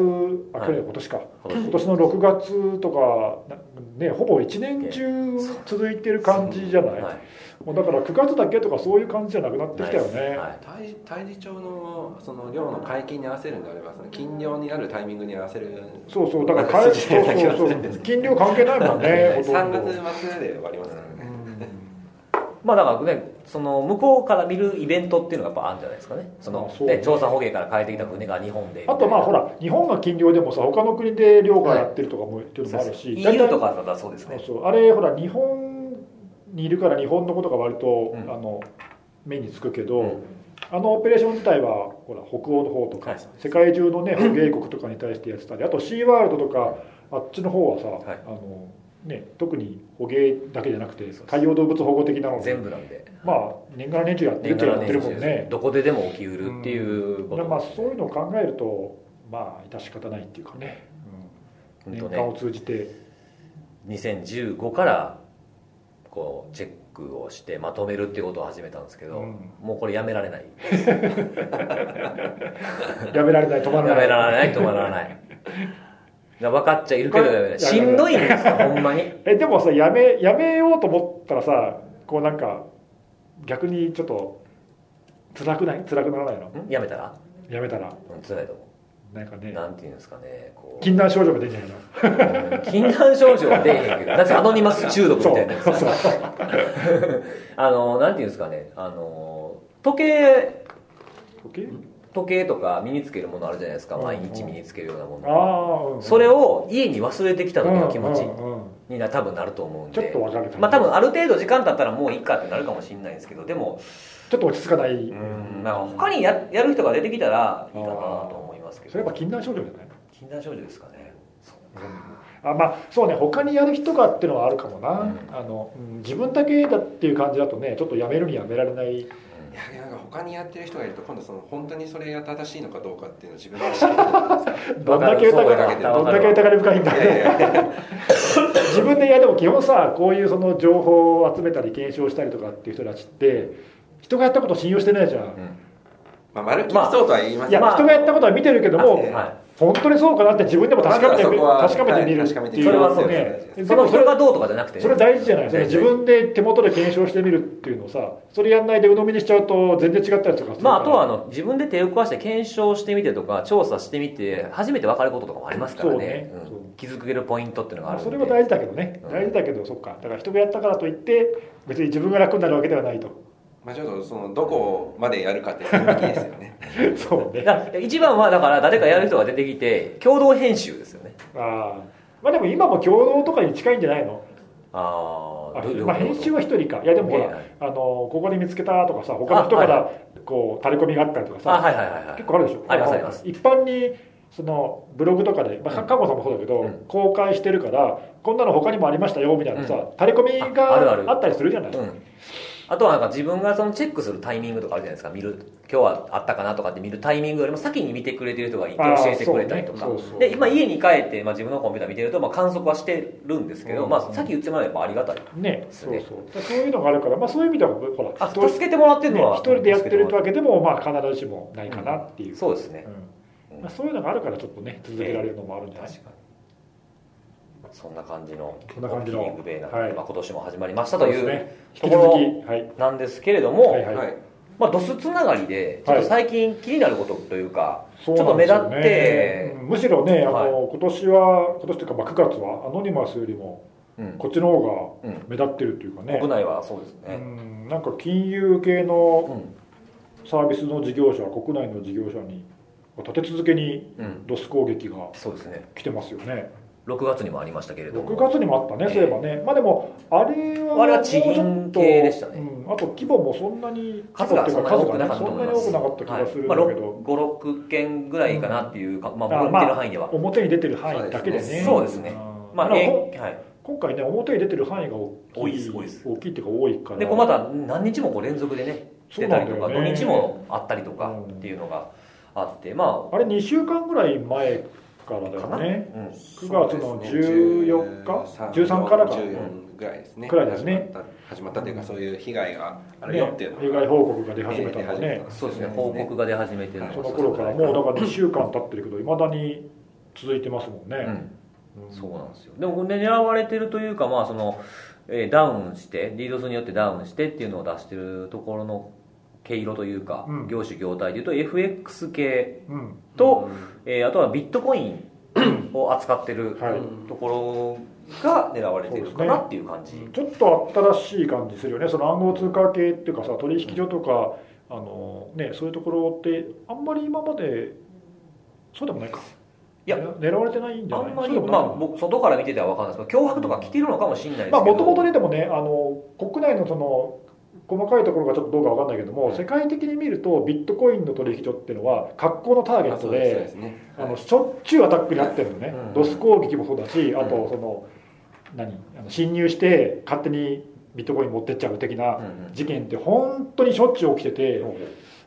Speaker 1: あ
Speaker 2: はい
Speaker 1: 去年今年か、
Speaker 2: 今年
Speaker 1: 今年の6月とかなねほぼ1年中続いてる感じじゃない、
Speaker 2: はい
Speaker 1: もうだから9月だけとかそういう感じじゃなくなってきたよね、
Speaker 2: はい
Speaker 3: 胎胎児調のその量の解禁に合わせるんであればその禁量になるタイミングに合わせる
Speaker 1: そうそうだから
Speaker 3: なんか
Speaker 1: 帰
Speaker 3: 筋がなくな
Speaker 1: そうそう
Speaker 3: ってる
Speaker 1: そ
Speaker 3: んです
Speaker 1: う金量関係ないもんねほと
Speaker 3: 3
Speaker 1: んど
Speaker 3: 月末で終わりますからね
Speaker 2: まあだからねその向こうから見るイベントっていうのがやっぱあるんじゃないですかねその
Speaker 1: あそうね
Speaker 2: ね調査捕鯨から帰ってきた船が日本で
Speaker 1: あとまあほら日本が金量でもさ他の国で量がやってるとかも、っていうのもあるし
Speaker 2: EU とかだったらそうですね
Speaker 1: そうあれほら日本にいるから日本のことが割と、
Speaker 2: うん
Speaker 1: あの目につくけど、
Speaker 2: うん
Speaker 1: あのオペレーション自体はほら北欧の方とか、
Speaker 2: はい
Speaker 1: 世界中のね捕鯨国とかに対してやってたりあとシーワールドとかあっちの方はさ、
Speaker 2: はい
Speaker 1: あのね、特に捕鯨だけじゃなくて海洋動物保護的なの
Speaker 2: 全部なんで
Speaker 1: まあ年がら年中やってる
Speaker 2: 年
Speaker 1: っ
Speaker 2: か
Speaker 1: てや
Speaker 2: ら
Speaker 1: っ
Speaker 2: 年
Speaker 1: てるもんね
Speaker 2: 中どこででも起きうるっていうこ
Speaker 1: だから
Speaker 2: と
Speaker 1: まあそういうのを考えるとまあ致し方ないっていうかね、うん
Speaker 2: 本当
Speaker 1: 年間を
Speaker 2: ね
Speaker 1: 通じて
Speaker 2: 2015からこうチェックをしてまとめるっていうことを始めたんですけど、
Speaker 1: うん
Speaker 2: もうこれやめられない
Speaker 1: やめられない止ま らない
Speaker 2: やめられない止まらないだから分かっちゃいるけどやめない
Speaker 1: これ
Speaker 2: しんどいんですよほんまに
Speaker 1: えでもさやめやめようと思ったらさこうなんか逆にちょっと辛くない辛くならないの
Speaker 2: んやめたら
Speaker 1: やめたら
Speaker 2: うん辛いと思
Speaker 1: なんか
Speaker 2: う
Speaker 1: ね
Speaker 2: なんていうんですかねこう
Speaker 1: 禁断症状が出ちゃうの
Speaker 2: 禁断症状は出えへんけど、なぜアノニマス中毒みたいなやつ あの、なんていうんですかね、あの、時計、
Speaker 1: 時計
Speaker 2: 時計とか身につけるものあるじゃないですか、毎日身につけるようなもの。
Speaker 1: ああ、うん
Speaker 2: それを家に忘れてきた時の気持ち
Speaker 1: うんうんうん
Speaker 2: にな、多分なると思うん
Speaker 1: ちょっ
Speaker 2: で
Speaker 1: と。わかる
Speaker 2: まあ多分ある程度時間経ったらもういいかってなるかもしれないですけど、でも、
Speaker 1: ちょっと落ち着かない、
Speaker 2: うん、なんか他にややる人が出てきたらいいかなと思いますけ
Speaker 1: それやっ
Speaker 2: ど
Speaker 1: ぱ。禁断症状じゃない
Speaker 2: 禁断症状ですかね。
Speaker 1: あまあそうね他にやる人かっていうのはあるかもな、
Speaker 2: うん
Speaker 1: あのうん自分だけだっていう感じだとねちょっとやめるにやめられない
Speaker 3: いやいやなんか他にやってる人がいると今度その本当にそれが正しいのかどうかっていうのを自分で知る
Speaker 1: どんだけ
Speaker 2: わ
Speaker 1: 疑い
Speaker 2: かる
Speaker 1: どんだけ疑い深いんだ
Speaker 3: い やいやいや
Speaker 1: 自分でいやでも基本さこういうその情報を集めたり検証したりとかっていう人たちって人がやったことを信用してないじゃん、
Speaker 2: うん
Speaker 3: まあ丸っきりそうとは言いま
Speaker 1: い
Speaker 3: せ
Speaker 1: や、
Speaker 3: んが、
Speaker 2: まあ
Speaker 1: 人がやったことは見てるけども、
Speaker 3: あ
Speaker 2: は
Speaker 1: 本当にそうかなって自分でも確かめてみ
Speaker 3: まあそ
Speaker 1: 確
Speaker 3: こ
Speaker 1: か
Speaker 3: は
Speaker 1: めてみる
Speaker 3: は
Speaker 1: っ
Speaker 3: い
Speaker 1: ていう
Speaker 3: 確かめて
Speaker 2: みるそれはそう
Speaker 1: ね
Speaker 2: い。
Speaker 1: で
Speaker 2: その
Speaker 1: もそ
Speaker 2: そ
Speaker 1: れ
Speaker 2: れがどうとかじゃなくてね。
Speaker 1: それ大事じゃないそれ
Speaker 2: 大事
Speaker 1: 自分で手元で検証してみるっていうのをさそれやんないで鵜呑みにしちゃうと全然違ったやつとかするから
Speaker 2: まあ、あとはあの自分で手を動かして検証してみてとか調査してみて初めて分かることとかもありますからね
Speaker 1: そうね
Speaker 2: うん
Speaker 1: そ
Speaker 2: 気づけるポイントっていうのがあ
Speaker 1: まあ
Speaker 2: るん
Speaker 1: そ
Speaker 2: で
Speaker 1: れは大事だけどね、
Speaker 2: うん
Speaker 1: 大事だけどそっかだから人がやったからといって別に自分が楽になるわけではないと
Speaker 3: まあちょっとそのどこまでやるかって線引きですよね
Speaker 1: そうね
Speaker 2: だから一番はだから誰かやる人が出てきて共同編集ですよね
Speaker 1: あーまあでも今も共同とかに近いんじゃないの
Speaker 2: あ
Speaker 1: あ
Speaker 2: あどういう
Speaker 1: ま
Speaker 2: こ
Speaker 1: あ、
Speaker 2: と
Speaker 1: 編集は一人かいやでもほら、
Speaker 2: ねはい
Speaker 1: あのここで見つけたとかさ他の人か
Speaker 2: あ
Speaker 1: らこうタレコミがあったりとかさ、
Speaker 2: あはいはいはいはい
Speaker 1: 結構あるでしょ
Speaker 2: ありますあります
Speaker 1: の一般にそのブログとかで、まあ、
Speaker 2: うん
Speaker 1: かんこさんもそうだけど、
Speaker 2: うん
Speaker 1: 公開してるからこんなの他にもありましたよみたいなさ、タレコミ
Speaker 2: ああるあ
Speaker 1: が
Speaker 2: る
Speaker 1: あったりするじゃない
Speaker 2: うんあとはなんか自分がそのチェックするタイミングとかあるじゃないですか見る今日はあったかなとかって見るタイミングよりも先に見てくれてる人がいて
Speaker 1: あー
Speaker 2: 教えてくれたりとか、
Speaker 1: そうねそうそう
Speaker 2: で今家に帰って、まあ、自分のコンピューター見てると、まあ、観測はしてるんですけど、
Speaker 1: うん
Speaker 2: まあ、さっき言ってもらえばありがたい
Speaker 1: ね
Speaker 2: そ
Speaker 1: そうう
Speaker 2: ね
Speaker 1: そうだからそういうのがあるから、まあ、そういう意味ではほら
Speaker 2: あ
Speaker 1: 一人
Speaker 2: 助けてもらってる
Speaker 1: ね
Speaker 2: のは
Speaker 1: 一人でやってる
Speaker 2: は
Speaker 1: わけでも、まあ、必ずしもないかなっていう、
Speaker 2: そうですね
Speaker 1: うんまあ、そういうのがあるからちょっとね続けられるのもあるんじゃない、
Speaker 2: 確かにそんな感じの
Speaker 1: そんな感じの
Speaker 2: オープニングベイなんで
Speaker 1: はい
Speaker 2: まあ、今年も始まりましたとい
Speaker 1: そう
Speaker 2: う
Speaker 1: ですね引
Speaker 2: と
Speaker 1: き
Speaker 2: こ
Speaker 1: 続
Speaker 2: ろ
Speaker 1: きはい
Speaker 2: なんですけれども、
Speaker 1: はいはい
Speaker 3: はい
Speaker 2: まあ、ドスつながりで、ちょっと最近気になることというか、
Speaker 1: そう
Speaker 2: ちょっ
Speaker 1: な
Speaker 2: と
Speaker 1: ん
Speaker 2: 目
Speaker 1: です
Speaker 2: 立
Speaker 1: よね
Speaker 2: って、
Speaker 1: うんむしろねあの、
Speaker 2: は
Speaker 1: 今年は今年というかまあ9月はアノニマスよりも
Speaker 2: うん
Speaker 1: こっちの方
Speaker 2: うん
Speaker 1: が目立ってるというかね、
Speaker 2: 国内はそうです
Speaker 1: う
Speaker 2: ね。
Speaker 1: んなんか金融系
Speaker 2: う
Speaker 1: の
Speaker 2: ん
Speaker 1: サービスの事業者国内の事業者に立て続けに
Speaker 2: うん、
Speaker 1: ロス攻撃が
Speaker 2: そうですね、
Speaker 1: 来てますよね
Speaker 2: 6月にもありましたけれども、
Speaker 1: 6月にもあったね、そういえばねまあでもあれは
Speaker 2: あれは地銀系でしたね
Speaker 1: もうちょっとうんあと規模もそんなに
Speaker 2: 数が
Speaker 1: 規
Speaker 2: そん
Speaker 1: 模
Speaker 2: なに
Speaker 1: っていう
Speaker 2: 多
Speaker 1: かそ
Speaker 2: くなかったと
Speaker 1: ん
Speaker 2: 思
Speaker 1: な
Speaker 2: い
Speaker 1: に多
Speaker 2: ます。
Speaker 1: くなかった気がするんだけど、
Speaker 2: はいまあ、5、6件ぐらいかなっていうか、まあ、僕
Speaker 1: あ
Speaker 2: の見てる範囲では。
Speaker 1: 表に出てる範囲だけでね
Speaker 2: そうですね
Speaker 1: うん
Speaker 2: まあ、
Speaker 1: だからこ
Speaker 2: えはい、
Speaker 1: 今回ね表に出てる範囲が大きい
Speaker 2: 多いです多いです
Speaker 1: 大きいっていうか多いから
Speaker 2: でこうまた何日もこう連続でね
Speaker 1: そう
Speaker 2: 出
Speaker 1: な
Speaker 2: た
Speaker 1: ん
Speaker 2: り
Speaker 1: だ
Speaker 2: と
Speaker 1: よ
Speaker 2: か、
Speaker 1: ね
Speaker 2: 土日もあったりとか
Speaker 1: うん
Speaker 2: っていうのがあってま
Speaker 1: あれ2週間ぐらい前からだよね
Speaker 2: あ、うん、
Speaker 1: 9月の14日、13からか、
Speaker 3: 14ぐらいですね
Speaker 1: くらいですね
Speaker 3: 始まった始まったというかそういう被害があるよ
Speaker 1: ね
Speaker 3: っていうのが
Speaker 1: 被害報告が出始めたのが
Speaker 3: ええ出始め
Speaker 1: ね
Speaker 3: た、
Speaker 2: そうですね報告が出始めてる
Speaker 3: はい
Speaker 1: その頃からもうだから2週間経ってるけど、いまだに続いてますもん
Speaker 2: う
Speaker 1: ね。
Speaker 2: ん、そうなんですよでもこれ狙われてるというかまあその、えーダウンしてリードスによってダウンしてっていうのを出してるところの毛色というか、
Speaker 1: うん
Speaker 2: 業種業態でいうと FX 系
Speaker 1: うん
Speaker 2: と、
Speaker 3: うん
Speaker 2: えーあとはビットコインを扱ってる
Speaker 1: はい
Speaker 2: ところが狙われてるかなっていう感じ、
Speaker 1: ちょっと新しい感じするよね、その暗号通貨系っていうかさ、取引所とか、あのね、そういうところって、あんまり今まで、そうでもないか、
Speaker 2: いや
Speaker 1: 狙われてないんじゃ
Speaker 2: あ
Speaker 1: ない
Speaker 2: んま
Speaker 1: そう
Speaker 2: り、
Speaker 1: でも
Speaker 2: ま
Speaker 1: ない
Speaker 2: あ、僕外から見てては分かんないですけど脅迫とか来てるのかもしれないですけ
Speaker 1: まあ
Speaker 2: ど
Speaker 1: もともとねでもねあの国内のその細かいところがちょっとどうかわかんないけども世界的に見るとビットコインの取引所っていうのは格好のターゲ
Speaker 3: あ
Speaker 1: ッ
Speaker 3: そ
Speaker 1: ト
Speaker 3: うですそうで
Speaker 1: です
Speaker 3: ね
Speaker 1: あ
Speaker 3: はい
Speaker 1: のしょっちゅうアタックになってるのね
Speaker 2: うん
Speaker 1: ロス攻撃もそうだしあ
Speaker 2: う
Speaker 1: と
Speaker 2: ん
Speaker 1: その何あの侵入して勝手にビットコイン持ってっちゃう的な
Speaker 2: うんうん
Speaker 1: 事件って本当にしょっちゅう起きてて、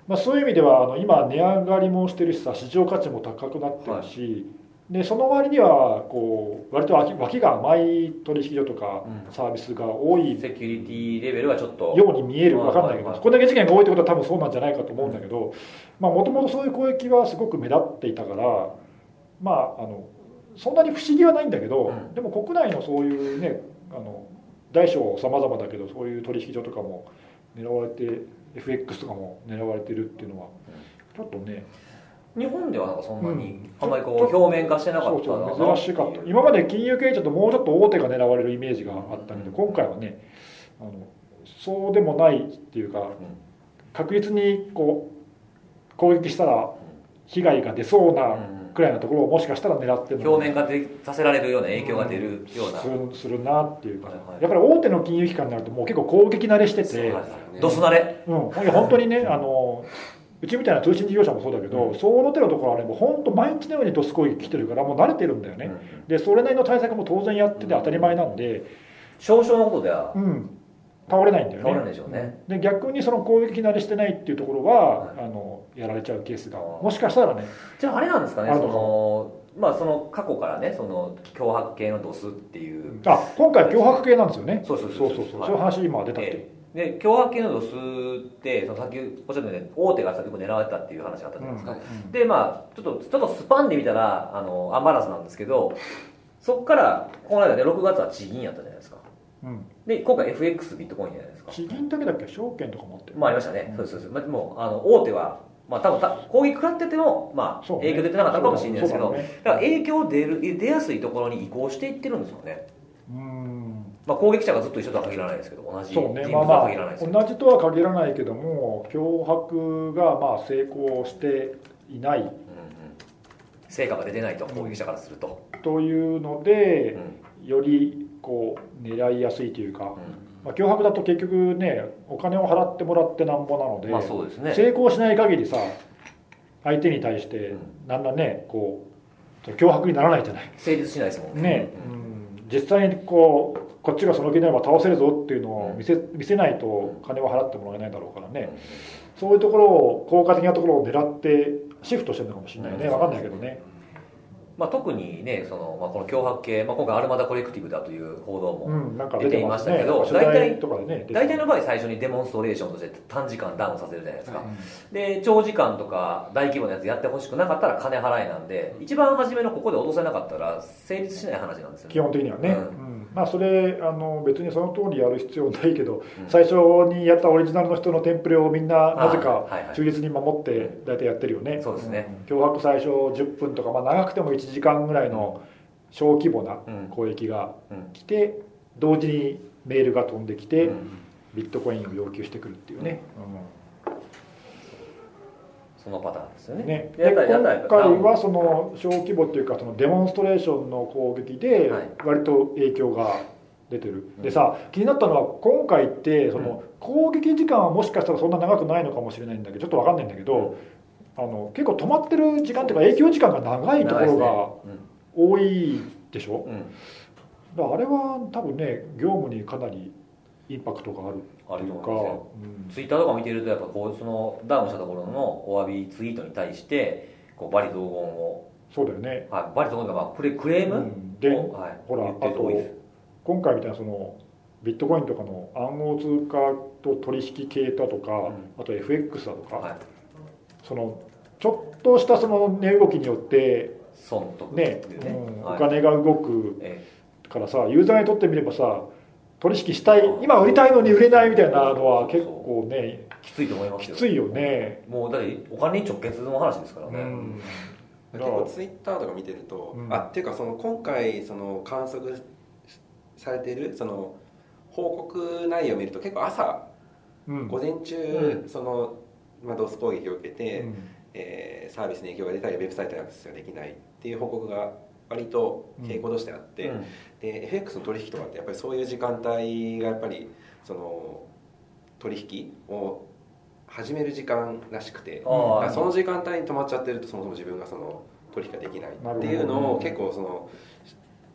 Speaker 1: まあ、そういう意味ではあの今値上がりもしてるしさ市場価値も高くなってるし、でその割にはこう割と脇脇が甘い取引所とか
Speaker 2: う
Speaker 1: サービスが多い
Speaker 2: セキュリティレベルはちょっと
Speaker 1: ように見える、
Speaker 2: うん
Speaker 1: わかんないけ
Speaker 2: はい
Speaker 1: ど、
Speaker 2: はい
Speaker 1: これだけ事件が多いってことは、多分そうなんじゃないかと思うんだけど、もともとそういう攻撃はすごく目立っていたから、まあ、あのそんなに不思議はないんだけど、
Speaker 2: うん
Speaker 1: でも国内のそういうね、あの大小さまざまだけど、そういう取引所とかも狙われて、FX とかも狙われてるっていうのは、ちょっとね、
Speaker 2: 日本ではなんかそんなに
Speaker 1: うん
Speaker 2: あんまりこ
Speaker 1: ちょっ
Speaker 2: う
Speaker 1: と
Speaker 2: 表面化してなか
Speaker 1: そ
Speaker 2: っ
Speaker 1: う
Speaker 2: たな
Speaker 1: そう珍しかった、今まで金融系ちょっともうちょっと大手が狙われるイメージがあったんで、
Speaker 2: うん
Speaker 1: 今回はね、あのそうでもないっていうか、
Speaker 2: う
Speaker 1: 確実にこう攻撃したら被害が出そうなんくらいのところをもしかしたら狙ってる
Speaker 2: うん
Speaker 1: の
Speaker 2: 表面化でさせられるような影響が出るような、
Speaker 1: するするなっていうか、
Speaker 2: はいはい
Speaker 1: やっぱり大手の金融機関になるともう結構攻撃慣れして
Speaker 3: そう
Speaker 1: て
Speaker 3: なんですよね
Speaker 2: ドスなれ、
Speaker 1: うん、いや本当にねあのうちみたいな通信事業者もそうだけど、その手のところはねもう本当毎日のようにドス攻撃来てるからもう慣れてるんだよ
Speaker 2: う
Speaker 1: ね、
Speaker 2: ん
Speaker 1: でそれなりの対策も当然やってて当たり前なんで、
Speaker 2: 少々のことでは
Speaker 1: うん、倒れないんだよね
Speaker 2: 倒れないでしょうね
Speaker 1: で逆にその攻撃慣れしてないっていうところは、
Speaker 2: はい
Speaker 1: あのやられちゃうケースが
Speaker 2: あー
Speaker 1: もしかしたらね
Speaker 2: じゃああれなんですかね
Speaker 1: ある
Speaker 2: そ
Speaker 1: のか
Speaker 2: のまあその過去からねその脅迫系のドスっていう、
Speaker 1: あ今回脅迫系なんですよね
Speaker 2: そうそう
Speaker 1: そ
Speaker 2: そうう
Speaker 1: そうそう、
Speaker 2: はい
Speaker 1: そういう話今出たって、
Speaker 2: ええで脅迫系のドスってそのさっきおっしゃったように大手が先ほど狙われたっていう話があったじゃないですか、
Speaker 3: はい
Speaker 2: でまあちょっとちょっとスパンで見たらあのアンバランスなんですけどそっからこの間ね6月は地銀やったじゃないですか
Speaker 1: うんうん
Speaker 2: で今回 FX ビットコインじゃないですか
Speaker 1: 地銀だけだっけ証券とかもあって
Speaker 2: まあありましたね、そうですそうですまあでもあの大手はまあ多分た攻撃食らってても、まあ、
Speaker 1: そうね
Speaker 2: 影響出てなかったのかもしれないですけど
Speaker 1: そう
Speaker 2: だ,、
Speaker 1: だね
Speaker 2: から影響出る出やすいところに移行していってるんですよね、
Speaker 1: うん
Speaker 2: まあ、攻撃者がずっと一緒とは限らないですけど同じ人
Speaker 1: そう
Speaker 2: 物
Speaker 1: ね
Speaker 2: と
Speaker 1: まあま
Speaker 2: は限らない
Speaker 1: あ
Speaker 2: ですけど、
Speaker 1: 同じとは限らないけども脅迫がまあ成功していない
Speaker 2: うんうん成果が出てないと攻撃者からすると、
Speaker 1: というの
Speaker 2: う
Speaker 1: で
Speaker 2: ん、
Speaker 1: よりこう狙いやすいというか、
Speaker 2: う
Speaker 1: まあ、脅迫だと結局ねお金を払ってもらってなんぼなので、
Speaker 2: んまあそうですね
Speaker 1: 成功しない限りさ相手に対して
Speaker 2: うん
Speaker 1: なんだねこう脅迫にならないじゃない
Speaker 2: 成立しないですもんね
Speaker 1: ね、
Speaker 2: うん
Speaker 1: 実際にこうこっちがその気になれば倒せるぞっていうのを見せ見せないと金は払ってもらえないだろうからね、そういうところを効果的なところを狙ってシフトしてるのかもしれないね、
Speaker 2: うん
Speaker 1: わかんないけどね、
Speaker 2: まあ、特にねその、まあ、この脅迫系、まあ、今回アルマダコレクティブだという報道
Speaker 1: う
Speaker 2: も、
Speaker 1: ん、なんか出てますね
Speaker 2: 出ていましたけど
Speaker 1: なんか取
Speaker 2: 大
Speaker 1: 材
Speaker 2: 体
Speaker 1: とかでね出て
Speaker 2: 大体の場合最初にデモンストレーションとして短時間ダウンさせるじゃないですか、
Speaker 3: は
Speaker 2: で長時間とか大規模なやつやってほしくなかったら金払いなんで一番初めのここで落とせなかったら成立しない話なんですよね
Speaker 1: 基本的にはね、
Speaker 2: うん
Speaker 1: うんまあそれあの別にその通りやる必要ないけど、最初にやったオリジナルの人のテンプレをみんななぜ
Speaker 2: あはいは
Speaker 1: か
Speaker 2: い
Speaker 1: 忠実に守って大体やってるよね、
Speaker 2: そうですね
Speaker 1: 脅迫最初10分とか、まあ、長くても1時間ぐらいの小規模な
Speaker 2: うん
Speaker 1: 攻撃が
Speaker 2: うん
Speaker 1: 来て同時にメールが飛んできて、
Speaker 2: うん
Speaker 1: ビットコインを要求してくるっていうね、
Speaker 2: そのパターンですよね
Speaker 1: ね、
Speaker 2: や
Speaker 1: で
Speaker 2: っ
Speaker 1: 今
Speaker 2: たやった
Speaker 1: 回
Speaker 2: やった
Speaker 1: はその小規模っていうかそのデモンストレーションの攻撃で
Speaker 2: はい
Speaker 1: 割と影響が出てる、
Speaker 2: うん
Speaker 1: でさ気になったのは今回ってその攻撃時間はもしかしたらそんな長くないのかもしれないんだけどちょっと分かんないんだけど、あの結構止まってる時間っていうか影響時間が長いところが
Speaker 2: 長いですね
Speaker 1: 多いでしょ
Speaker 2: うんうん
Speaker 1: だからあれは多分ね業務にかなりインパクトがある
Speaker 2: あ
Speaker 1: と
Speaker 2: る
Speaker 1: い
Speaker 2: と
Speaker 1: う
Speaker 2: 思いますよ
Speaker 1: か、うん
Speaker 2: ツイッターとか見てるとやっぱこうそのダウンしたところのお詫びツイートに対してこうバリ雑言を、
Speaker 1: そうだよね、
Speaker 2: はい、バリ雑言がまあクレクレー
Speaker 1: う
Speaker 2: ム、
Speaker 1: ん、で
Speaker 2: をはい、
Speaker 1: ほら
Speaker 2: 言ってる人多いです
Speaker 1: 今回みたいなそのビットコインとかの暗号通貨と取引系だとか、
Speaker 2: ん
Speaker 1: あと FX だとか、
Speaker 2: はい、
Speaker 1: そのちょっとしたその値動きによって
Speaker 2: 損得
Speaker 1: ね
Speaker 2: っていう
Speaker 1: う
Speaker 2: ね
Speaker 1: んお
Speaker 2: はい
Speaker 1: 金が動く
Speaker 2: え
Speaker 1: からさユーザーにとってみればさ取引したい今売りたいのに売れないみたいなのは結構ね
Speaker 2: えきついと思います
Speaker 1: き
Speaker 2: よ
Speaker 1: ついよね。
Speaker 2: もうだってお金に直結の話ですからね、
Speaker 1: うん
Speaker 3: 結構ツイッターとか見てると、
Speaker 1: うん
Speaker 3: あっていうかその今回その観測されてるその報告内容を見ると結構朝
Speaker 1: うん
Speaker 3: 午前中、
Speaker 2: う
Speaker 3: その、まあ、ドス攻撃を受けて、
Speaker 1: うん
Speaker 3: えーサービスに影響が出たりウェブサイトにアクセスができないっていう報告が割と傾向としてあって、
Speaker 2: うん
Speaker 3: で FX の取引とかってやっぱりそういう時間帯がやっぱりその取引を始める時間らしくて
Speaker 2: あー
Speaker 3: まあその時間帯に止まっちゃってるとそもそも自分がその取引ができないっていう
Speaker 1: なるほ
Speaker 3: の
Speaker 1: ど
Speaker 3: を結構その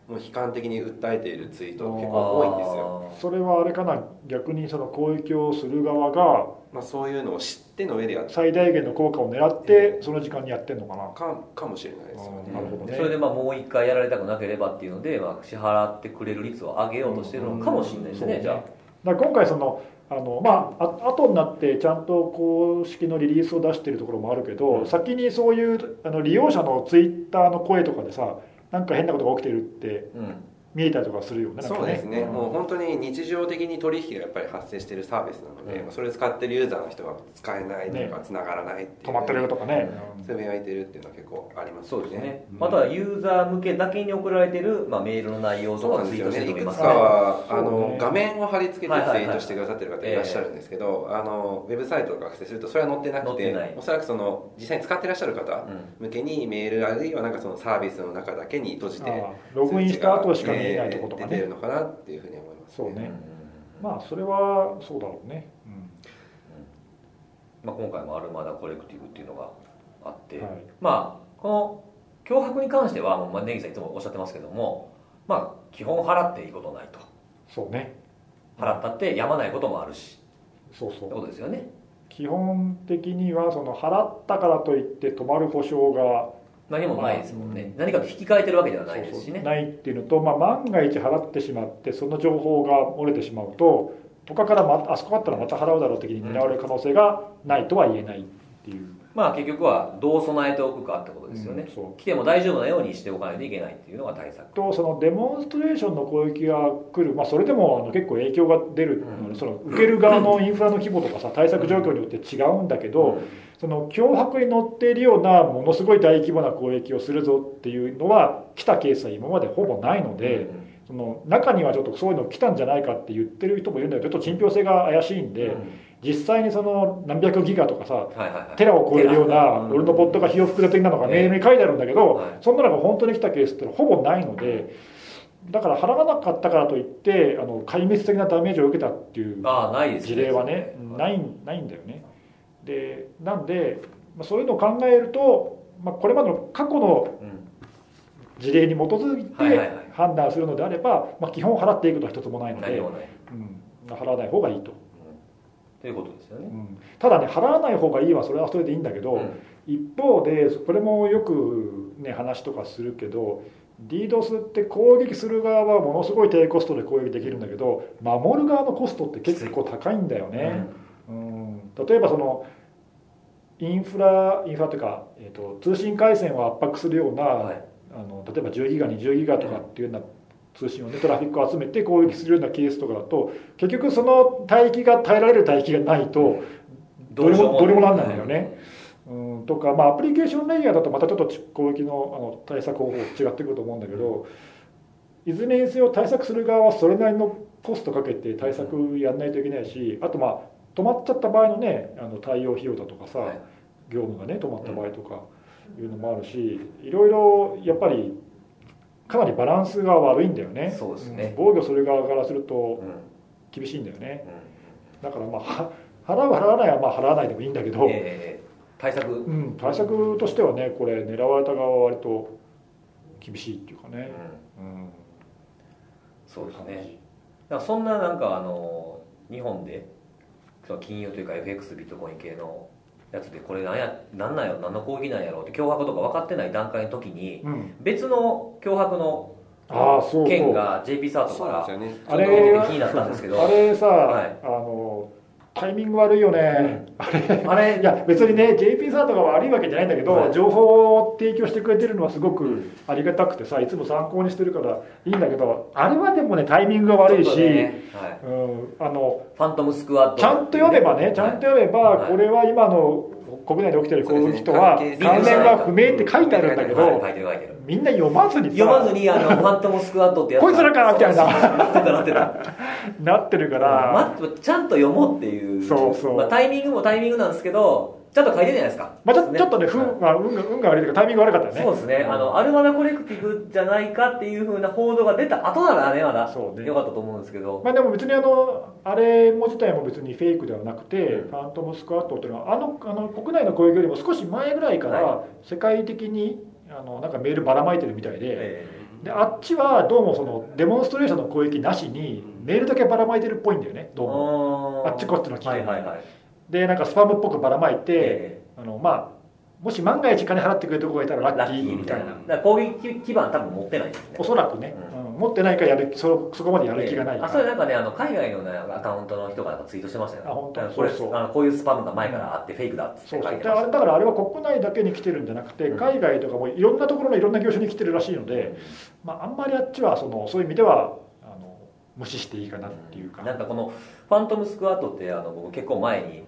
Speaker 3: もう悲観的に訴えているツイートが結構多いんですよ、
Speaker 2: あー
Speaker 1: それはあれかな逆にその攻撃をする側が
Speaker 3: まあ、そういうのを知っての上でやっ
Speaker 1: 最大限の効果を狙ってその時間にやってんのかな。
Speaker 3: かかもしれないですよ
Speaker 1: なるほど
Speaker 3: ね
Speaker 1: ね
Speaker 2: でそれでまあもう一回やられたくなければっていうので、まあ、支払ってくれる率を上げようとしてるのかもしれないですね、
Speaker 1: うん
Speaker 2: じゃ
Speaker 1: だから今回そのあのまああ後になってちゃんと公式のリリースを出してるところもあるけど、
Speaker 2: うん
Speaker 1: 先にそういうあの利用者のツイッターの声とかでさなんか変なことが起きてるって
Speaker 2: あ、うん、
Speaker 1: 見えたりとかするよねなんか
Speaker 3: そうですね、
Speaker 1: ん
Speaker 3: もう本当に日常的に取引がやっぱり発生しているサービスなので、
Speaker 2: うん
Speaker 3: まあそれを使ってるユーザーの人が使えないとか、繋がらないっていう
Speaker 1: 止まってるとかね、
Speaker 3: つぶやいてるっていうのは結構あります
Speaker 2: そうですね、
Speaker 1: うん
Speaker 2: またはユーザー向けだけに送られてる、まあ、メールの内容と
Speaker 3: そう
Speaker 2: か
Speaker 3: なん
Speaker 2: ツ
Speaker 3: で
Speaker 2: イート
Speaker 3: すよ
Speaker 2: してる
Speaker 3: ね。
Speaker 2: と思い
Speaker 3: いく
Speaker 2: ま
Speaker 3: つ
Speaker 2: す
Speaker 3: か
Speaker 2: から
Speaker 3: は、
Speaker 1: そう
Speaker 3: あ
Speaker 1: ね
Speaker 3: の、画面を貼り付け
Speaker 2: はい
Speaker 3: て
Speaker 2: は
Speaker 3: ツ
Speaker 2: い
Speaker 3: イ
Speaker 2: はい
Speaker 3: ートしてくださってる方いらっしゃるんですけど、あの、ウェブサイトとかアクセスするとそれは載ってなく
Speaker 2: 載って
Speaker 3: て
Speaker 2: ない、
Speaker 3: おそらくその、実際に使ってらっしゃる方向けにメールあるいはなんかそのサービスの中だけに閉じ
Speaker 1: あ
Speaker 3: て、
Speaker 1: ーログインした後しか見えないとこと
Speaker 3: え
Speaker 1: か
Speaker 3: ー出
Speaker 1: ね
Speaker 3: てる、のかなっていうふうに思います、
Speaker 1: そう
Speaker 2: うん
Speaker 1: ねまあそれはそうだろうね、
Speaker 2: まあ、今回もアルマダコレクティブっていうのがあって、
Speaker 1: はい
Speaker 2: まあこの脅迫に関してはもうまあ根岸さんいつもおっしゃってますけどもまあ基本払っていいことないと
Speaker 1: そうね
Speaker 2: 払ったってやまないこともあるし
Speaker 1: そうそ
Speaker 2: って
Speaker 1: う
Speaker 2: ことですよね、
Speaker 1: 基本的にはその払ったからといって止まる保証が
Speaker 2: 何もないですもんね、
Speaker 1: うん
Speaker 2: 何かと引き換えてるわけではないで
Speaker 1: そう
Speaker 2: す
Speaker 1: そ
Speaker 2: し
Speaker 1: う
Speaker 2: ね
Speaker 1: ないっていうのと、まあ、万が一払ってしまってその情報が漏れてしまうと他からまたあそこだったらまた払うだろう的に狙われる可能性がないとは言えないっていう、
Speaker 2: まあ結局はどう備えておくかってことですよね
Speaker 1: うん、そう
Speaker 2: 来ても大丈夫なようにしておかないといけないっていうのが対策
Speaker 1: とそのデモンストレーションの攻撃が来る、まあ、それでもあの結構影響が出る、
Speaker 2: うん
Speaker 1: その受ける側のインフラの規模とかさ対策状況によって違うんだけど、その脅迫に乗っているようなものすごい大規模な攻撃をするぞっていうのは来たケースは今までほぼないので。
Speaker 2: うん
Speaker 1: その中にはちょっとそういうの来たんじゃないかって言ってる人もいるんだけどちょっと信憑性が怪しいんで、
Speaker 2: うん
Speaker 1: 実際にその何百ギガとかさ
Speaker 2: はいはいはい
Speaker 1: テラを超えるような
Speaker 2: うん
Speaker 1: 俺のボットが費用複雑的なのが
Speaker 2: ええ
Speaker 1: メールに書いてあるんだけど、
Speaker 2: はい
Speaker 1: そんなのが本当に来たケースってほぼないのでだから払わなかったからといってあの壊滅的なダメージを受けたっていう
Speaker 2: ああないです
Speaker 1: 事例はねないないんだよね。でなんでまあそういうのを考えると、まあ、これまでの過去の
Speaker 2: うん
Speaker 1: 事例に基づい
Speaker 2: はいはい
Speaker 1: て
Speaker 2: はい
Speaker 1: 判断するのであれば、まあ、基本払っていくことは一つもないの
Speaker 2: 何
Speaker 1: で
Speaker 2: も、ない、
Speaker 1: うん、払わない方がいいと、
Speaker 2: ということですよ
Speaker 1: う
Speaker 2: ね、
Speaker 1: んただね払わない方がいいはそれはそれでいいんだけど、
Speaker 2: うん
Speaker 1: 一方でこれもよくね話とかするけど DDoS って攻撃する側はものすごい低コストで攻撃できるんだけど守る側のコストって結構高いんだよね。うん例えばそのインフラインフラというか、えー、と通信回線を圧迫するような、
Speaker 2: はい
Speaker 1: あの例えば10ギガ20ギガとかっていうような通信をねトラフィックを集めて攻撃するようなケースとかだと結局その帯域が耐えられる帯域がないとどれもどれもなんないんだよね。うんとか、まあ、アプリケーションレイヤーだとまたちょっと攻撃のあの対策方法違ってくると思うんだけど、いずれにせよ対策する側はそれなりのコストかけて対策やんないといけないしあとまあ止まっちゃった場合のねあの対応費用だとかさ、
Speaker 2: はい
Speaker 1: 業務がね止まった場合とかいうのもあるしいろいろやっぱりかなりバランスが悪いんだよね
Speaker 2: そうですね
Speaker 1: ん防御する側からすると
Speaker 2: うんうん
Speaker 1: 厳しいんだよねだからまあは払う払わないはまあ払わないでもいいんだけど、
Speaker 2: えー対策、うん
Speaker 1: うん、対策としてはねこれ狙われた側は割と厳しいっていうかね、うん、
Speaker 2: そうですねだからそんななんかあの日本でその金融というか FX ビットコイン系のやつでこれなんやなんなんやろ何の攻撃なんやろうって脅迫とか分かってない段階の時に
Speaker 1: うん、
Speaker 2: 別の脅迫の
Speaker 1: ああそうそ
Speaker 2: 件
Speaker 1: う
Speaker 2: が JP サート
Speaker 3: そ
Speaker 2: か
Speaker 3: うなん
Speaker 2: ら
Speaker 3: ですよね
Speaker 1: あ
Speaker 2: ちょっと
Speaker 1: れ
Speaker 2: 僕気になったんですけど
Speaker 1: あれさ、
Speaker 2: はい
Speaker 1: あのタイミング悪いよね、
Speaker 2: あれ
Speaker 1: いや別にね JP さんとか悪いわけじゃないんだけど、
Speaker 2: はい
Speaker 1: 情報を提供してくれてるのはすごくありがたくてさいつも参考にしてるからいいんだけどあれはでもねタイミングが悪い
Speaker 2: ちょっ
Speaker 1: し、
Speaker 2: とねはい、
Speaker 1: うん、あの
Speaker 2: ファントムスクワット
Speaker 1: ちゃんと読めばねちゃんと読めば、
Speaker 2: はい
Speaker 1: これは今の国内で起きてる攻撃とは
Speaker 3: そうですね
Speaker 1: 関連が不明って書いてあるんだけど、
Speaker 2: はい、書いてる書いてる
Speaker 1: みんな読まずにさ
Speaker 2: 読まずにあのファントムスクワットってやつ
Speaker 1: こいつらかみたいな
Speaker 2: なってたなってた
Speaker 1: なってるから、
Speaker 2: まちゃんと読もうっていう
Speaker 1: そうそう
Speaker 2: まあ、タイミングもタイミングなんですけどちゃんと書いてるじゃないですか、
Speaker 1: まあ、ちょちょっとね、
Speaker 2: はい
Speaker 1: 運が運が運が悪いというか、タイミング悪かったね。
Speaker 2: そうですね、あのアルマナコレクティブじゃないかっていうふうな報道が出た後ならねまだ
Speaker 1: そうね
Speaker 2: よかったと思うんですけど、
Speaker 1: まあ、でも別にあの、あれも自体も別にフェイクではなくて、ファントムスクワットっていうのは、あのあの国内の攻撃よりも少し前ぐらいから、世界的にあのなんかメールばらまいてるみたいで、
Speaker 2: え
Speaker 1: であっちはどうもそのデモンストレーションの攻撃なしに、メールだけばらまいてるっぽいんだよね、
Speaker 2: え
Speaker 1: どうも。あっちこっちの聞いて
Speaker 2: はいはいはい
Speaker 1: で、なんかスパムっぽくばらまいて、
Speaker 2: え
Speaker 1: あのまあ、もし万が一金払ってくれるとこがいたら
Speaker 2: え
Speaker 1: ラッ
Speaker 2: ラッ
Speaker 1: キー
Speaker 2: キー
Speaker 1: み
Speaker 2: み
Speaker 1: た
Speaker 2: た
Speaker 1: い
Speaker 2: い
Speaker 1: な
Speaker 2: な。だから攻撃基盤多分持ってないんですね
Speaker 1: おそらくね、
Speaker 2: う
Speaker 1: うん持ってないからやる気そそこまでやる気がないから
Speaker 2: あそれなんかねあの海外の、ね、アカウントの人がなんかツイートしてましたよ、ね、
Speaker 1: あ本当
Speaker 2: のこれ
Speaker 1: そうそう
Speaker 2: あのこういうスパムが前からあってフェイクだって書
Speaker 1: そ
Speaker 2: いう
Speaker 1: そ
Speaker 2: て
Speaker 1: う
Speaker 2: まし
Speaker 1: で
Speaker 2: た
Speaker 1: あれだからあれは国内だけに来てるんじゃなくて、
Speaker 2: うん
Speaker 1: 海外とかもいろんなところのいろんな業種に来てるらしいので、まあ、あんまりあっちはそのそういう意味ではあの無視していいかなっていうか、
Speaker 2: なんかこのファントムスクワットってあの僕結構前に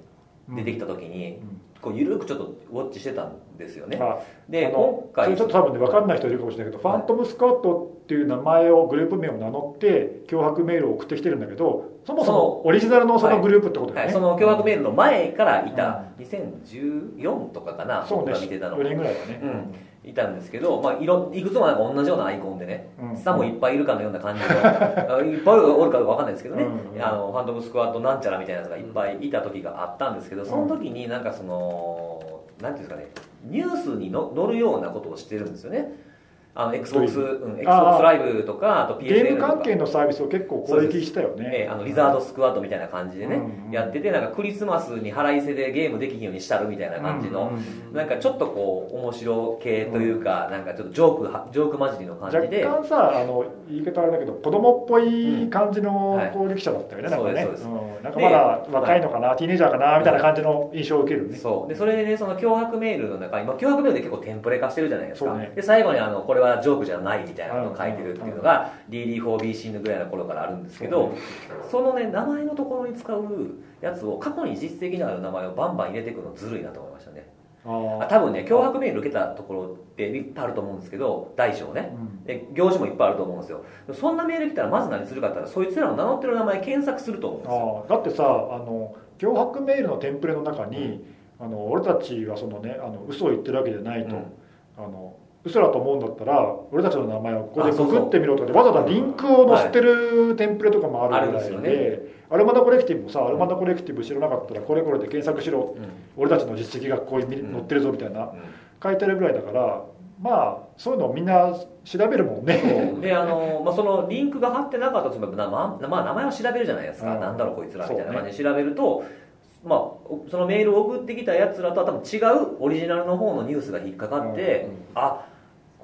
Speaker 2: 出てきた時に、
Speaker 1: うん
Speaker 2: こう緩くちょっとウォッチしてたんですよね
Speaker 1: まあ
Speaker 2: で
Speaker 1: あ
Speaker 2: 今
Speaker 1: のそ
Speaker 2: 回
Speaker 1: れちょっと多分ね分かんない人いるかもしれないけど、
Speaker 2: は
Speaker 1: フ
Speaker 2: い
Speaker 1: ァントムスカットっていう名前をグループ名を名乗って脅迫メールを送ってきてるんだけどそもそ
Speaker 2: その
Speaker 1: もオリジナルのそのグループってことだ
Speaker 2: は
Speaker 1: よ
Speaker 2: い、
Speaker 1: ね、
Speaker 2: その脅迫メールの前からいた2014とかかな、
Speaker 1: そう
Speaker 2: 僕
Speaker 1: ね
Speaker 2: が見てたの
Speaker 1: 4年ぐらいだね、
Speaker 2: うんいたんですけど、まあ、いろいくつもなんか同じようなアイコンでね、
Speaker 1: うん
Speaker 2: さもいっぱいいるかのような感じのあいっぱいおるかわかんないですけどね、
Speaker 1: うんうん
Speaker 2: あのファントムスクワットなんちゃらみたいなやつがいっぱいいた時があったんですけどその時になんかそのなんていうんですかねニュースにの載るようなことをしてるんですよねあの XBOX、うん、XBOX
Speaker 1: ああ
Speaker 2: ライブとかあと
Speaker 1: ゲー
Speaker 2: PSN
Speaker 1: ム
Speaker 2: とか
Speaker 1: 関係のサービスを結構攻撃したよね
Speaker 2: ええ、あのリザードスクワットみたいな感じでね、
Speaker 1: うんうん
Speaker 2: やっててなんかクリスマスに腹いせでゲームできひんようにしたるみたいな感じの、
Speaker 1: うんうん
Speaker 2: なんかちょっとこう面白系というか、なんかちょっとジョークはジョーク混じりの感
Speaker 1: 若
Speaker 2: じで
Speaker 1: 干さあの言い方あれだけど子供っぽい感じ
Speaker 2: うん
Speaker 1: の
Speaker 2: はい
Speaker 1: 攻撃者だったよね、
Speaker 2: そうです
Speaker 1: なんかね
Speaker 2: そうです
Speaker 1: うんなんかまだ若いのかな、ティーネイジャーかなみたいな感じの印象を受けるね、
Speaker 2: そうでそれでねその脅迫メールの中に、まあ、脅迫メールで結構テンプレ化してるじゃないですか、
Speaker 1: そうね
Speaker 2: で最後にあのこれはジョークじゃないみたいなことを書いてるっていうのが DD4BC のぐらいの頃からあるんですけどそのね名前のところに使うやつを過去に実績のある名前をバンバン入れていくのずるいなと思いましたねあ
Speaker 1: あ
Speaker 2: 多分ね脅迫メール受けたところっていっぱいあると思うんですけど大小ね
Speaker 1: ーうん
Speaker 2: で業種もいっぱいあると思うんですよそんなメール来たらまず何するかって言ったらそいつらの名乗ってる名前検索すると思うん
Speaker 1: あ
Speaker 2: です
Speaker 1: ー
Speaker 2: よ
Speaker 1: だってさあの脅迫メールのテンプレの中に、あの俺たちはそのねあの嘘を言ってるわけじゃないと、
Speaker 2: うん
Speaker 1: あの嘘だと思うんだったら俺たちの名前をここで
Speaker 2: あそ
Speaker 1: グ
Speaker 2: うそう
Speaker 1: グってみろとかでわざわざリンクを載せてるテンプレとかもあるぐらいで、
Speaker 2: あるんです
Speaker 1: アルマナコレクティブもさアルマナコレクティブ知らなかったらこれこれで検索しろ
Speaker 2: うん
Speaker 1: 俺たちの実績がここに見
Speaker 2: うん
Speaker 1: 載ってるぞみたいな、
Speaker 2: うん
Speaker 1: 書いてあるぐらいだからまあそういうのをみんな調べるもんね
Speaker 2: であの、まあ、そのリンクが貼ってなかったとしても、なまあまあ、名前を調べるじゃないですか、
Speaker 1: うん
Speaker 2: なんだろうこいつらみたいな
Speaker 1: そうね
Speaker 2: 感じで調べると、まあ、おそのメールを送ってきたやつらとは多分違うオリジナルの方のニュースが引っかかって、
Speaker 1: うん
Speaker 2: あ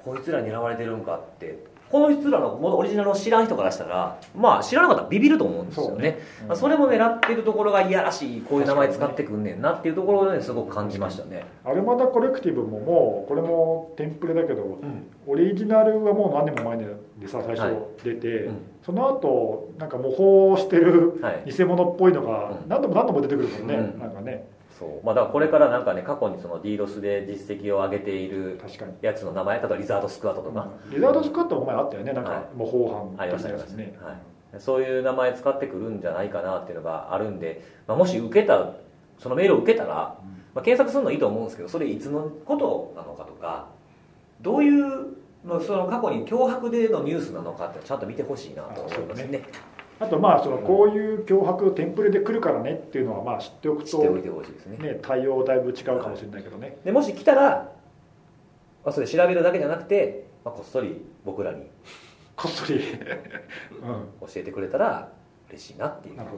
Speaker 2: こいつら狙われてるんかってこの人らのものオリジナルを知らん人からしたら、まあ、知らなかったらビビると思うんですよねそ,、まあ、それも狙ってるところがいやらしいこういう名前使ってくんねんなっていうところをねすごく感じましたね
Speaker 1: アルマダコレクティブももうこれもテンプレだけど、オリジナルはもう何年も前でさ最初出て、
Speaker 2: うん
Speaker 1: その後なんか模倣してる
Speaker 2: はい
Speaker 1: 偽物っぽいのが
Speaker 2: うん
Speaker 1: 何度も何度も出てくるもんね、
Speaker 2: うん
Speaker 1: なんかね
Speaker 2: そうまあだからこれからなんかね過去にその DDoS で実績を上げている
Speaker 1: 確かに、
Speaker 2: やつの名前例えばリザードスクワットとか、
Speaker 1: リザードスクワットも前あったよねなん
Speaker 2: は
Speaker 1: か模倣犯
Speaker 2: ありま
Speaker 1: み
Speaker 2: したた
Speaker 1: いな
Speaker 2: あり
Speaker 1: や
Speaker 2: ま
Speaker 1: つ
Speaker 2: した、
Speaker 1: ね
Speaker 2: はい、そういう名前使ってくるんじゃないかなっていうのがあるんで、まあ、もし受けたそのメールを受けたら、まあ、検索するのはいいと思うんですけどそれいつのことなのかとかどういう、まあ、その過去に脅迫でのニュースなのかってちゃんと見てほしいなと思います
Speaker 1: あそう
Speaker 2: ね
Speaker 1: あとまあそのこういう脅迫テンプレで来るからねっていうのはまあ知っておく
Speaker 2: 知
Speaker 1: と、
Speaker 2: っておいてほしいですね
Speaker 1: ね、対応だいぶ違うかもしれないけどね、
Speaker 2: でもし来たら、まあ、それ調べるだけじゃなくて、まあ、こっそり僕らに
Speaker 1: こっそり、 う
Speaker 2: 教えてくれたら嬉しいなってい
Speaker 1: ん、
Speaker 2: う
Speaker 1: なるほ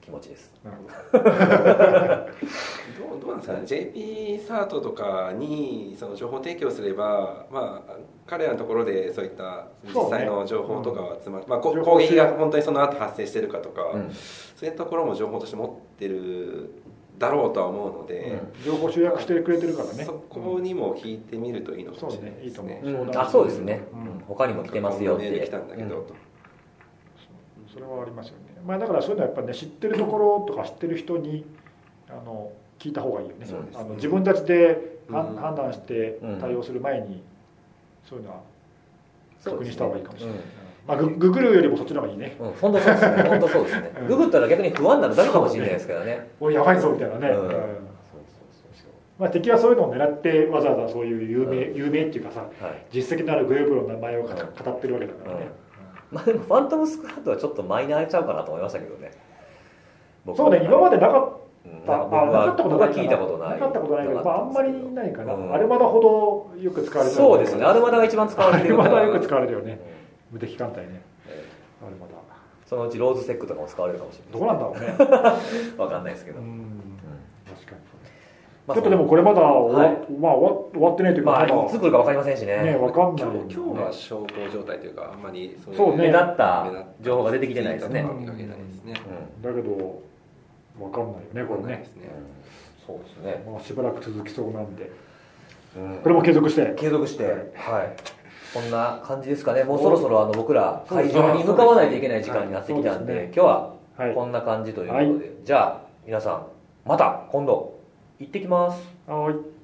Speaker 2: 気持ちです
Speaker 1: どなるほど
Speaker 3: どうどうなんですかね JP サートとかにその情報提供すれば、まあ、彼らのところでそういった実際の情報とかは集まって、まあ、こ
Speaker 1: 情報
Speaker 3: 攻撃が
Speaker 1: 集
Speaker 3: 本当にその後発生してるかとか、
Speaker 2: うん
Speaker 3: そういったところも情報として持ってるだろうとは思うので、
Speaker 1: 情報集約してくれてるからね
Speaker 3: そこにも聞いてみるといいのかもしれないですね。
Speaker 1: そうねいいと思
Speaker 2: うんあそうですね、
Speaker 1: うん
Speaker 2: うん他にも来てますよっ
Speaker 3: こんなメール
Speaker 2: て
Speaker 3: 来たんだけど、
Speaker 2: うん
Speaker 3: と
Speaker 1: それはありますよね、まあ、だからそういうのはやっぱりね知ってるところとか知ってる人にあの聞いた方がいいよね
Speaker 2: そうです
Speaker 1: あの自分たちで判,、
Speaker 3: うん
Speaker 1: 判断して
Speaker 2: うん
Speaker 1: 対応する前にそういうのは確認した方がいいかもしれない、
Speaker 2: うん
Speaker 1: まあ、グググるよりもそっちの方がいいね
Speaker 2: うん、本当そうですね、本当そうですね
Speaker 1: う、ん
Speaker 2: ググったら逆に不安になるだけかもしれないですからね、
Speaker 1: おいやばいぞみたいなね、
Speaker 2: うん
Speaker 1: うん
Speaker 2: そうそうそ
Speaker 1: まあ、敵はそういうのを狙ってわざわざそういう有名,、
Speaker 2: う
Speaker 1: 有名っていうかさ
Speaker 2: うそう、はい
Speaker 1: 実績のあるグループの名前をかた
Speaker 2: うん
Speaker 1: 語ってるわけだからね、
Speaker 2: まあ、でも、ファントムスクワットはちょっとマイナーちゃうかなと思いましたけどね、僕
Speaker 1: そうね今までなかっ
Speaker 2: うん
Speaker 1: た、
Speaker 2: なんか僕
Speaker 1: あ
Speaker 2: は
Speaker 1: なかったこと
Speaker 2: 僕
Speaker 1: ない
Speaker 2: は聞いたことない、
Speaker 1: かったことないけど、まあ、あんまりないかな、
Speaker 2: うん
Speaker 1: アルマダほどよく使われてる
Speaker 2: そうですね、アルマダが一番使われてる
Speaker 1: ア
Speaker 2: か
Speaker 1: ルマ
Speaker 2: ら、
Speaker 1: ダよく使われるよね
Speaker 2: うん
Speaker 1: 無敵艦隊ね
Speaker 2: え
Speaker 1: アルマダ
Speaker 2: ーそのうちローズセックとかも使われるかもしれ
Speaker 1: ど
Speaker 2: な
Speaker 1: うなん
Speaker 2: い、
Speaker 1: だろうね
Speaker 2: わかんないですけ
Speaker 1: う
Speaker 2: ど、
Speaker 1: ん確かに、
Speaker 2: まあ
Speaker 1: ちょっとでもこれまだ終わ,、
Speaker 2: はい
Speaker 1: まあ、終わ終わってないというか、
Speaker 2: まあ、い
Speaker 1: まだ
Speaker 2: つ来るかわかりませんしね、
Speaker 1: ねわかんない
Speaker 3: 今日今日は小康状態というかあんまりそ
Speaker 1: そうね
Speaker 2: 目立った情報が出てきてないですね。
Speaker 3: ツイートとか見かけないですね
Speaker 2: う
Speaker 1: だけどわかんないよねこれ
Speaker 3: ない
Speaker 1: ね
Speaker 3: で、す
Speaker 2: んう
Speaker 3: ね
Speaker 2: んそうですね、
Speaker 1: まあ、しばらく続きそうなんで
Speaker 2: うん
Speaker 1: これも継続して
Speaker 2: 継続して、
Speaker 1: はい
Speaker 2: はい、こんな感じですかね、もうそろそろあの僕ら、会場に向かわないといけない時間になってきたんで、
Speaker 1: はいそうですね
Speaker 2: 今日は
Speaker 1: はい
Speaker 2: こんな感じということで、じゃあ、皆さん、また今度、行ってきます。
Speaker 1: はい